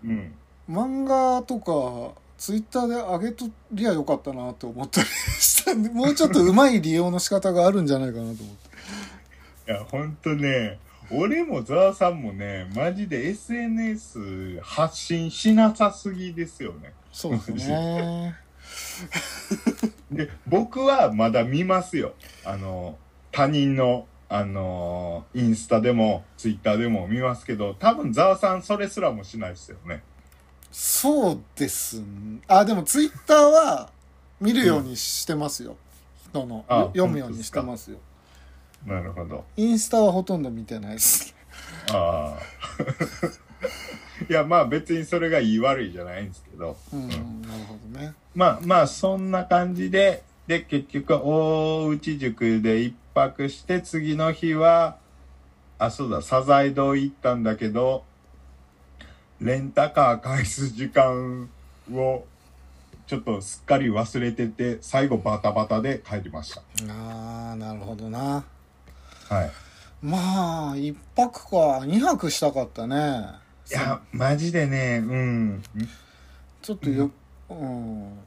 Speaker 2: うん。
Speaker 1: 漫画とかツイッターで上げとりゃよかったなって思ったりしたんでもうちょっとうまい利用の仕方があるんじゃないかなと思って
Speaker 2: いや、ほんとね、俺もザワさんもね、マジで SNS 発信しなさすぎですよね。
Speaker 1: そうですね。
Speaker 2: で、僕はまだ見ますよ。あの、他人の、あのインスタでも、ツイッターでも見ますけど、多分ザワさんそれすらもしないですよね。
Speaker 1: そうですね。あ、でもツイッターは見るようにしてますよ。人の
Speaker 2: あ
Speaker 1: 読むようにしてますよ。
Speaker 2: なるほど。
Speaker 1: インスタはほとんど見てない です。
Speaker 2: ああ。 いや、まあ別にそれがいい悪いじゃないんですけど。
Speaker 1: うん、
Speaker 2: う
Speaker 1: なるほどね。
Speaker 2: まあまあそんな感じで、で結局大内宿で一泊して次の日は、あ、そうだ、サザエ堂行ったんだけど、レンタカー返す時間をちょっとすっかり忘れてて、最後バタバタで帰りまし
Speaker 1: ああ、なるほどな。
Speaker 2: た。はい。
Speaker 1: まあ、一泊か、二泊したかったね。
Speaker 2: いや、マジでね、うん。
Speaker 1: ちょっとよ、うん。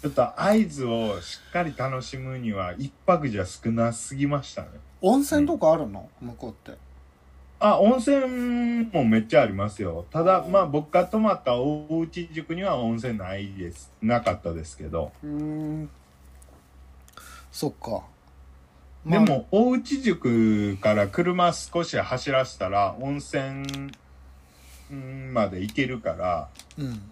Speaker 2: ちょっと合図をしっかり楽しむには一泊じゃ少なすぎましたね。
Speaker 1: 温泉とかあるの向こうって。
Speaker 2: あ、温泉もめっちゃありますよ。ただ、まあ僕が泊まった大内宿には温泉ないです。なかったですけど。
Speaker 1: うーん。そっか。ま
Speaker 2: で
Speaker 1: あ、
Speaker 2: も、大内宿から車少し走らせたら温泉うんまで行けるから、
Speaker 1: うん。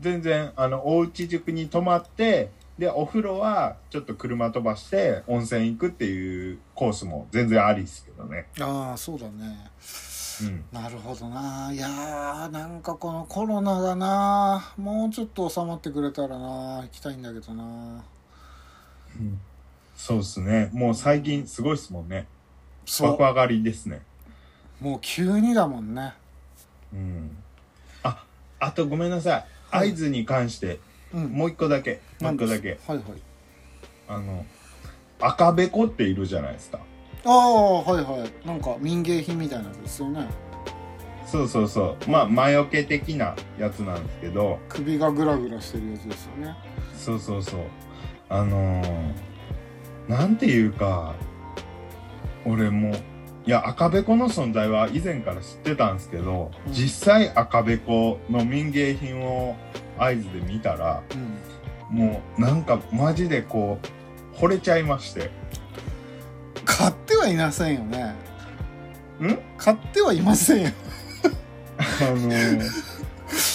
Speaker 2: 全然、あの、大内宿に泊まって、で、お風呂はちょっと車飛ばして温泉行くっていうコースも全然ありですけどね。
Speaker 1: ああ、そうだね。
Speaker 2: うん。
Speaker 1: なるほどな。いやー、なんかこのコロナがな、もうちょっと収まってくれたらな、行きたいんだけどな。
Speaker 2: そうですね。もう最近すごいですもんね。
Speaker 1: そ
Speaker 2: 爆
Speaker 1: う。
Speaker 2: 上がりですね。
Speaker 1: もう急にだもんね。
Speaker 2: うん。あ、あとごめんなさい。
Speaker 1: はい
Speaker 2: 合図に関して、
Speaker 1: うん。
Speaker 2: もう一個だけ、もう一個だけ。。
Speaker 1: はいはい。
Speaker 2: あの、赤べこっているじゃないですか。
Speaker 1: ああ、はいはい。なんか民芸品みたいなやつですよね。
Speaker 2: そうそうそう。まあ、魔除け的なやつなんですけど、
Speaker 1: 首がグラグラしてるやつですよね。
Speaker 2: そうそうそう。あのー、なんていうか、俺も、いや、赤べこの存在は以前から知ってたんですけど、
Speaker 1: うん
Speaker 2: 実際赤べこの民芸品を合図で見たら、
Speaker 1: うん。
Speaker 2: もうなんかマジでこう、惚れちゃいまして。
Speaker 1: 買ってはいなせんよね。
Speaker 2: ん
Speaker 1: 買ってはいませんよ。
Speaker 2: あの ー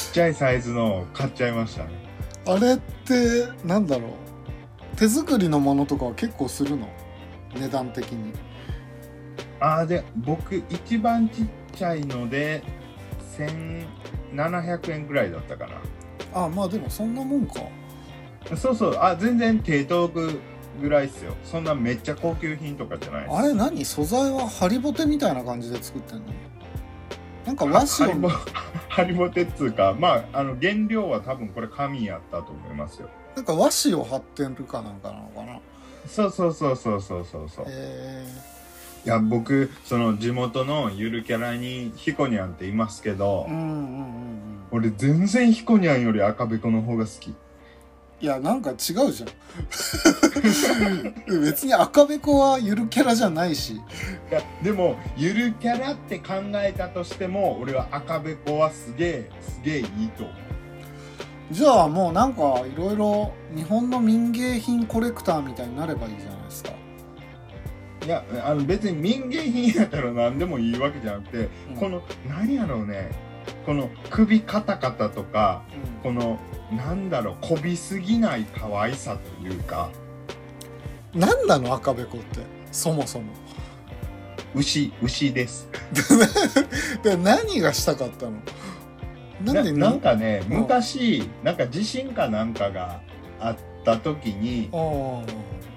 Speaker 2: ちっちゃいサイズのを買っちゃいましたね。
Speaker 1: あれって、なんだろう。手作りのものとかは結構するの値段的に。
Speaker 2: ああ、で、僕一番ちっちゃいので、1700円ぐらいだったか
Speaker 1: あまあでもそんなもんか。
Speaker 2: な。そうそう、あ、全然手遠くぐらいっすよ。そんなめっちゃ高級品とかじゃないです。
Speaker 1: あれ何素材はハリボテみたいな感じで作ってんのなんか和
Speaker 2: ハリ
Speaker 1: 紙
Speaker 2: ボ、
Speaker 1: の、
Speaker 2: ハリボテっつうか、まあ、あの、原料は多分これ紙やったと思いますよ。
Speaker 1: なんか和紙を貼ってるかなんかなのかな。
Speaker 2: そうそうそうそうそうそうそう。
Speaker 1: え
Speaker 2: いや僕その地元のゆるキャラにヒコニャンっていますけど
Speaker 1: ー、うんうんうんうん。
Speaker 2: 俺全然ヒコニャンより赤べこの方が好き
Speaker 1: いやなん か違うじゃん別に赤べこはゆるキャラじゃないし
Speaker 2: いやでもゆるキャラって考えたとしても俺は赤べこはすげえすげえいいと思う
Speaker 1: じゃあもうなんかいろいろ日本の民芸品コレクターみたいになればいいじゃないですか、
Speaker 2: いやあの別に民芸品やから何でもいいわけじゃなくて
Speaker 1: うん
Speaker 2: この何やろうねこの首カタカタとか
Speaker 1: うん
Speaker 2: このなんだろうこびすぎない可愛さというか
Speaker 1: 何なの赤べこってそもそも
Speaker 2: 牛牛です
Speaker 1: で何がしたかったのなんで
Speaker 2: ななん
Speaker 1: か
Speaker 2: かね
Speaker 1: うん
Speaker 2: 昔なんか地震かなんかがあった時に
Speaker 1: あー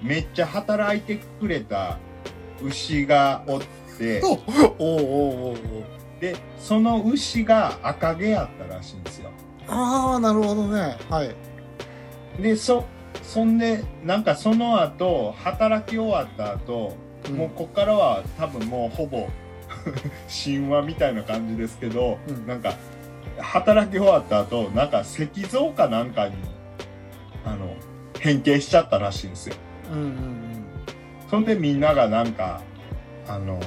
Speaker 2: めっちゃ働いてくれた牛がおって
Speaker 1: おおうおうおうおう
Speaker 2: でその牛が赤毛やったらしいんですよ
Speaker 1: ああなるほどねはい
Speaker 2: でそそんでなんかその後働き終わった後、
Speaker 1: うん
Speaker 2: もうこっからは多分もうほぼ 神話みたいな感じですけど、
Speaker 1: うん
Speaker 2: なんか働き終わった後なんか石像かなんかにあの変形しちゃったらしいんですよ
Speaker 1: うんうん
Speaker 2: そんでみんながなんかあの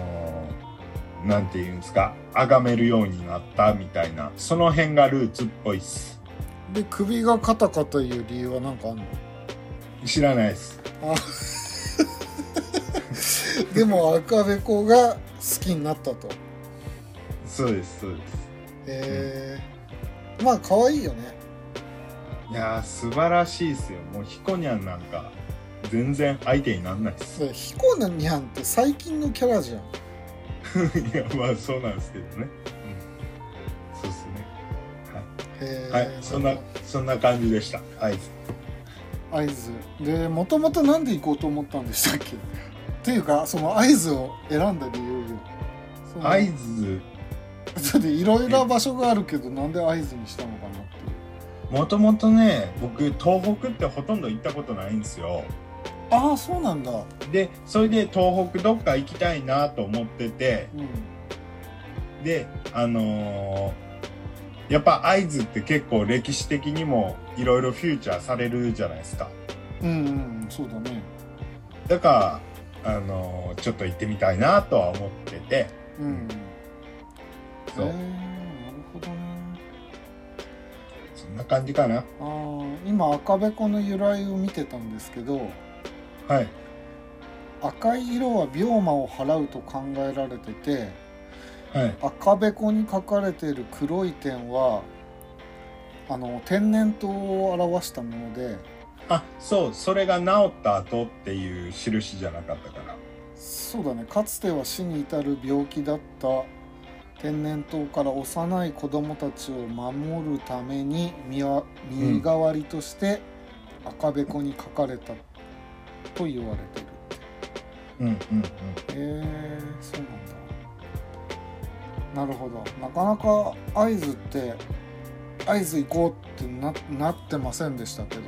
Speaker 2: ーなんていうんですか崇めるようになったみたいなその辺がルーツっぽいっす
Speaker 1: で首がカタカタいう理由は何かあんの
Speaker 2: 知らないっす
Speaker 1: でも赤べこが好きになったと
Speaker 2: そうですそうです
Speaker 1: えー、まあ可愛いよね
Speaker 2: いやー素晴らしいっすよもうひこにゃんなんか全然相手になんないっす
Speaker 1: でヒコナニャンって最近のキャラじゃん
Speaker 2: いやまあそうなんですけどね、うん、そうっすね
Speaker 1: へー
Speaker 2: はい、そんなそんな感じでしたはい
Speaker 1: 会津でもともとなんで行こうと思ったんでしたっけ っていうかその会津を選んだ理由よその
Speaker 2: 会津
Speaker 1: だっていろいろな場所があるけどなんで会津にしたのかなっていう
Speaker 2: もともとね僕東北ってほとんど行ったことないんですよ
Speaker 1: ああそうなんだうん
Speaker 2: でそれで東北どっか行きたいなと思っててであのーやっぱ会津って結構歴史的にもいろいろフューチャーされるじゃないですか
Speaker 1: うんうんそうだね
Speaker 2: だから、あのーちょっと行ってみたいなとは思ってて
Speaker 1: うん
Speaker 2: そ
Speaker 1: へ
Speaker 2: う
Speaker 1: ーなるほどね
Speaker 2: そんな感じかな
Speaker 1: あー今赤べこの由来を見てたんですけど
Speaker 2: はい
Speaker 1: 赤い色は病魔を払うと考えられてて
Speaker 2: はい
Speaker 1: 赤べこに書かれている黒い点はあの天然痘を表したもので
Speaker 2: あそうそれが治った後っていう印じゃなかったから
Speaker 1: そうだねかつては死に至る病気だった天然痘から幼い子供たちを守るために身は
Speaker 2: ん
Speaker 1: 身代わりとして赤べこに書かれたと言われてる。
Speaker 2: うんうんうん
Speaker 1: へえそうなんだなるほどなかなか会津って会津行こうってななってませんでしたけど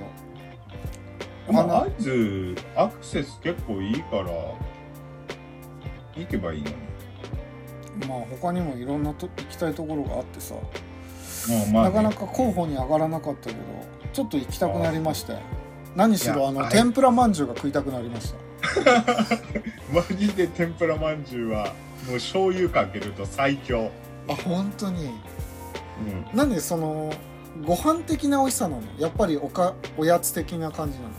Speaker 2: ま
Speaker 1: あの
Speaker 2: あ会津アクセス結構いいから行けばいいのに
Speaker 1: まあ他にもいろんなと行きたいところがあってさ、
Speaker 2: うんまあ
Speaker 1: な
Speaker 2: ね
Speaker 1: かなか候補に上がらなかったけどちょっと行きたくなりまして何し
Speaker 2: い
Speaker 1: ろ
Speaker 2: や
Speaker 1: あの
Speaker 2: はい
Speaker 1: 天ぷらまんじゅうが食いたくなりました
Speaker 2: マジで天ぷらまんじゅうはもう醤油かけると最強、
Speaker 1: あ本当に
Speaker 2: うん、
Speaker 1: なんでそのご飯的な美味しさなのやっぱりおかおやつ的な感じなの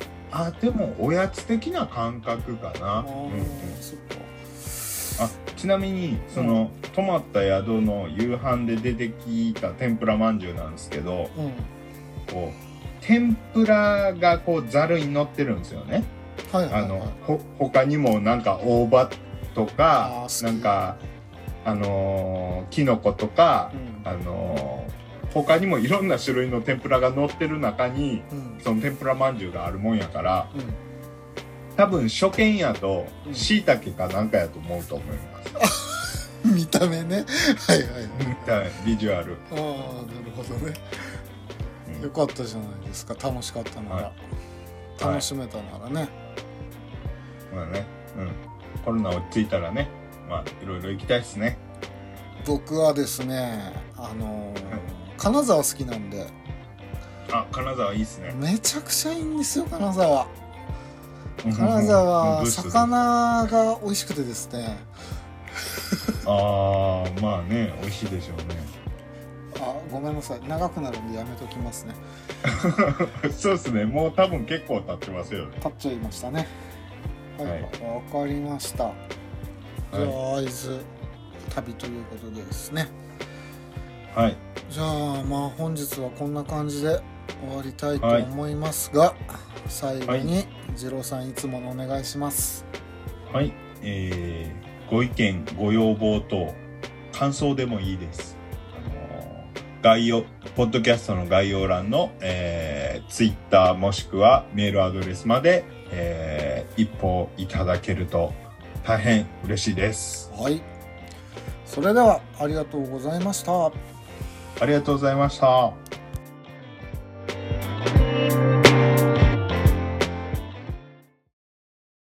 Speaker 2: あでもおやつ的な感覚かな、
Speaker 1: あー
Speaker 2: うんうん
Speaker 1: そっか
Speaker 2: あちなみにその、泊まった宿の夕飯で出てきた天ぷらまんじゅうなんですけど
Speaker 1: うん
Speaker 2: こう天ぷらがこうざるに乗ってるんですよね
Speaker 1: はいはい、はい、
Speaker 2: あのほ他にもなんか大葉と
Speaker 1: あ
Speaker 2: か
Speaker 1: ー好き
Speaker 2: なんかあのーきのことか
Speaker 1: う、ん
Speaker 2: あのー他にもいろんな種類の天ぷらが乗ってる中に
Speaker 1: うん
Speaker 2: その天ぷらまんじゅうがあるもんやから
Speaker 1: うん
Speaker 2: 多分初見やと
Speaker 1: うん
Speaker 2: しいたけかなんかやと思うと思い ます、
Speaker 1: 見た目ねはいはいはい
Speaker 2: みたいビジュアル、
Speaker 1: ああなるほどね
Speaker 2: うん
Speaker 1: よかったじゃないですか楽しかったなら、
Speaker 2: は
Speaker 1: 楽しめたならね、
Speaker 2: まあね、うん、コロナ落ち着いたらねまあいろいろ行きたいっすね
Speaker 1: 僕はですねあのー
Speaker 2: はい
Speaker 1: 金沢好きなんで
Speaker 2: あ金沢いいっすね
Speaker 1: めちゃくちゃいいんですよ金沢
Speaker 2: 金
Speaker 1: 金沢魚が美味しくてですね
Speaker 2: ああまあね美味しいでしょう
Speaker 1: あごめんなさい長くなるんでやめときますね
Speaker 2: ね そうっすねもう多分結構経ってますよね
Speaker 1: 立っちゃいましたねはい
Speaker 2: はい
Speaker 1: わ、かりましたじゃあ、会津旅ということでですね
Speaker 2: はい
Speaker 1: じゃあまあ本日はこんな感じで終わりたいと思いますが、最後に次郎さんいつものお願いします。
Speaker 2: はい、えーご意見、ご要望等、感想でもいいです。あのー概要、ポッドキャストの概要欄の、えツイッター Twitter もしくはメールアドレスまで、えー一報いただけると大変嬉しいです。
Speaker 1: はい。それではありがとうございました。
Speaker 2: ありがとうございました。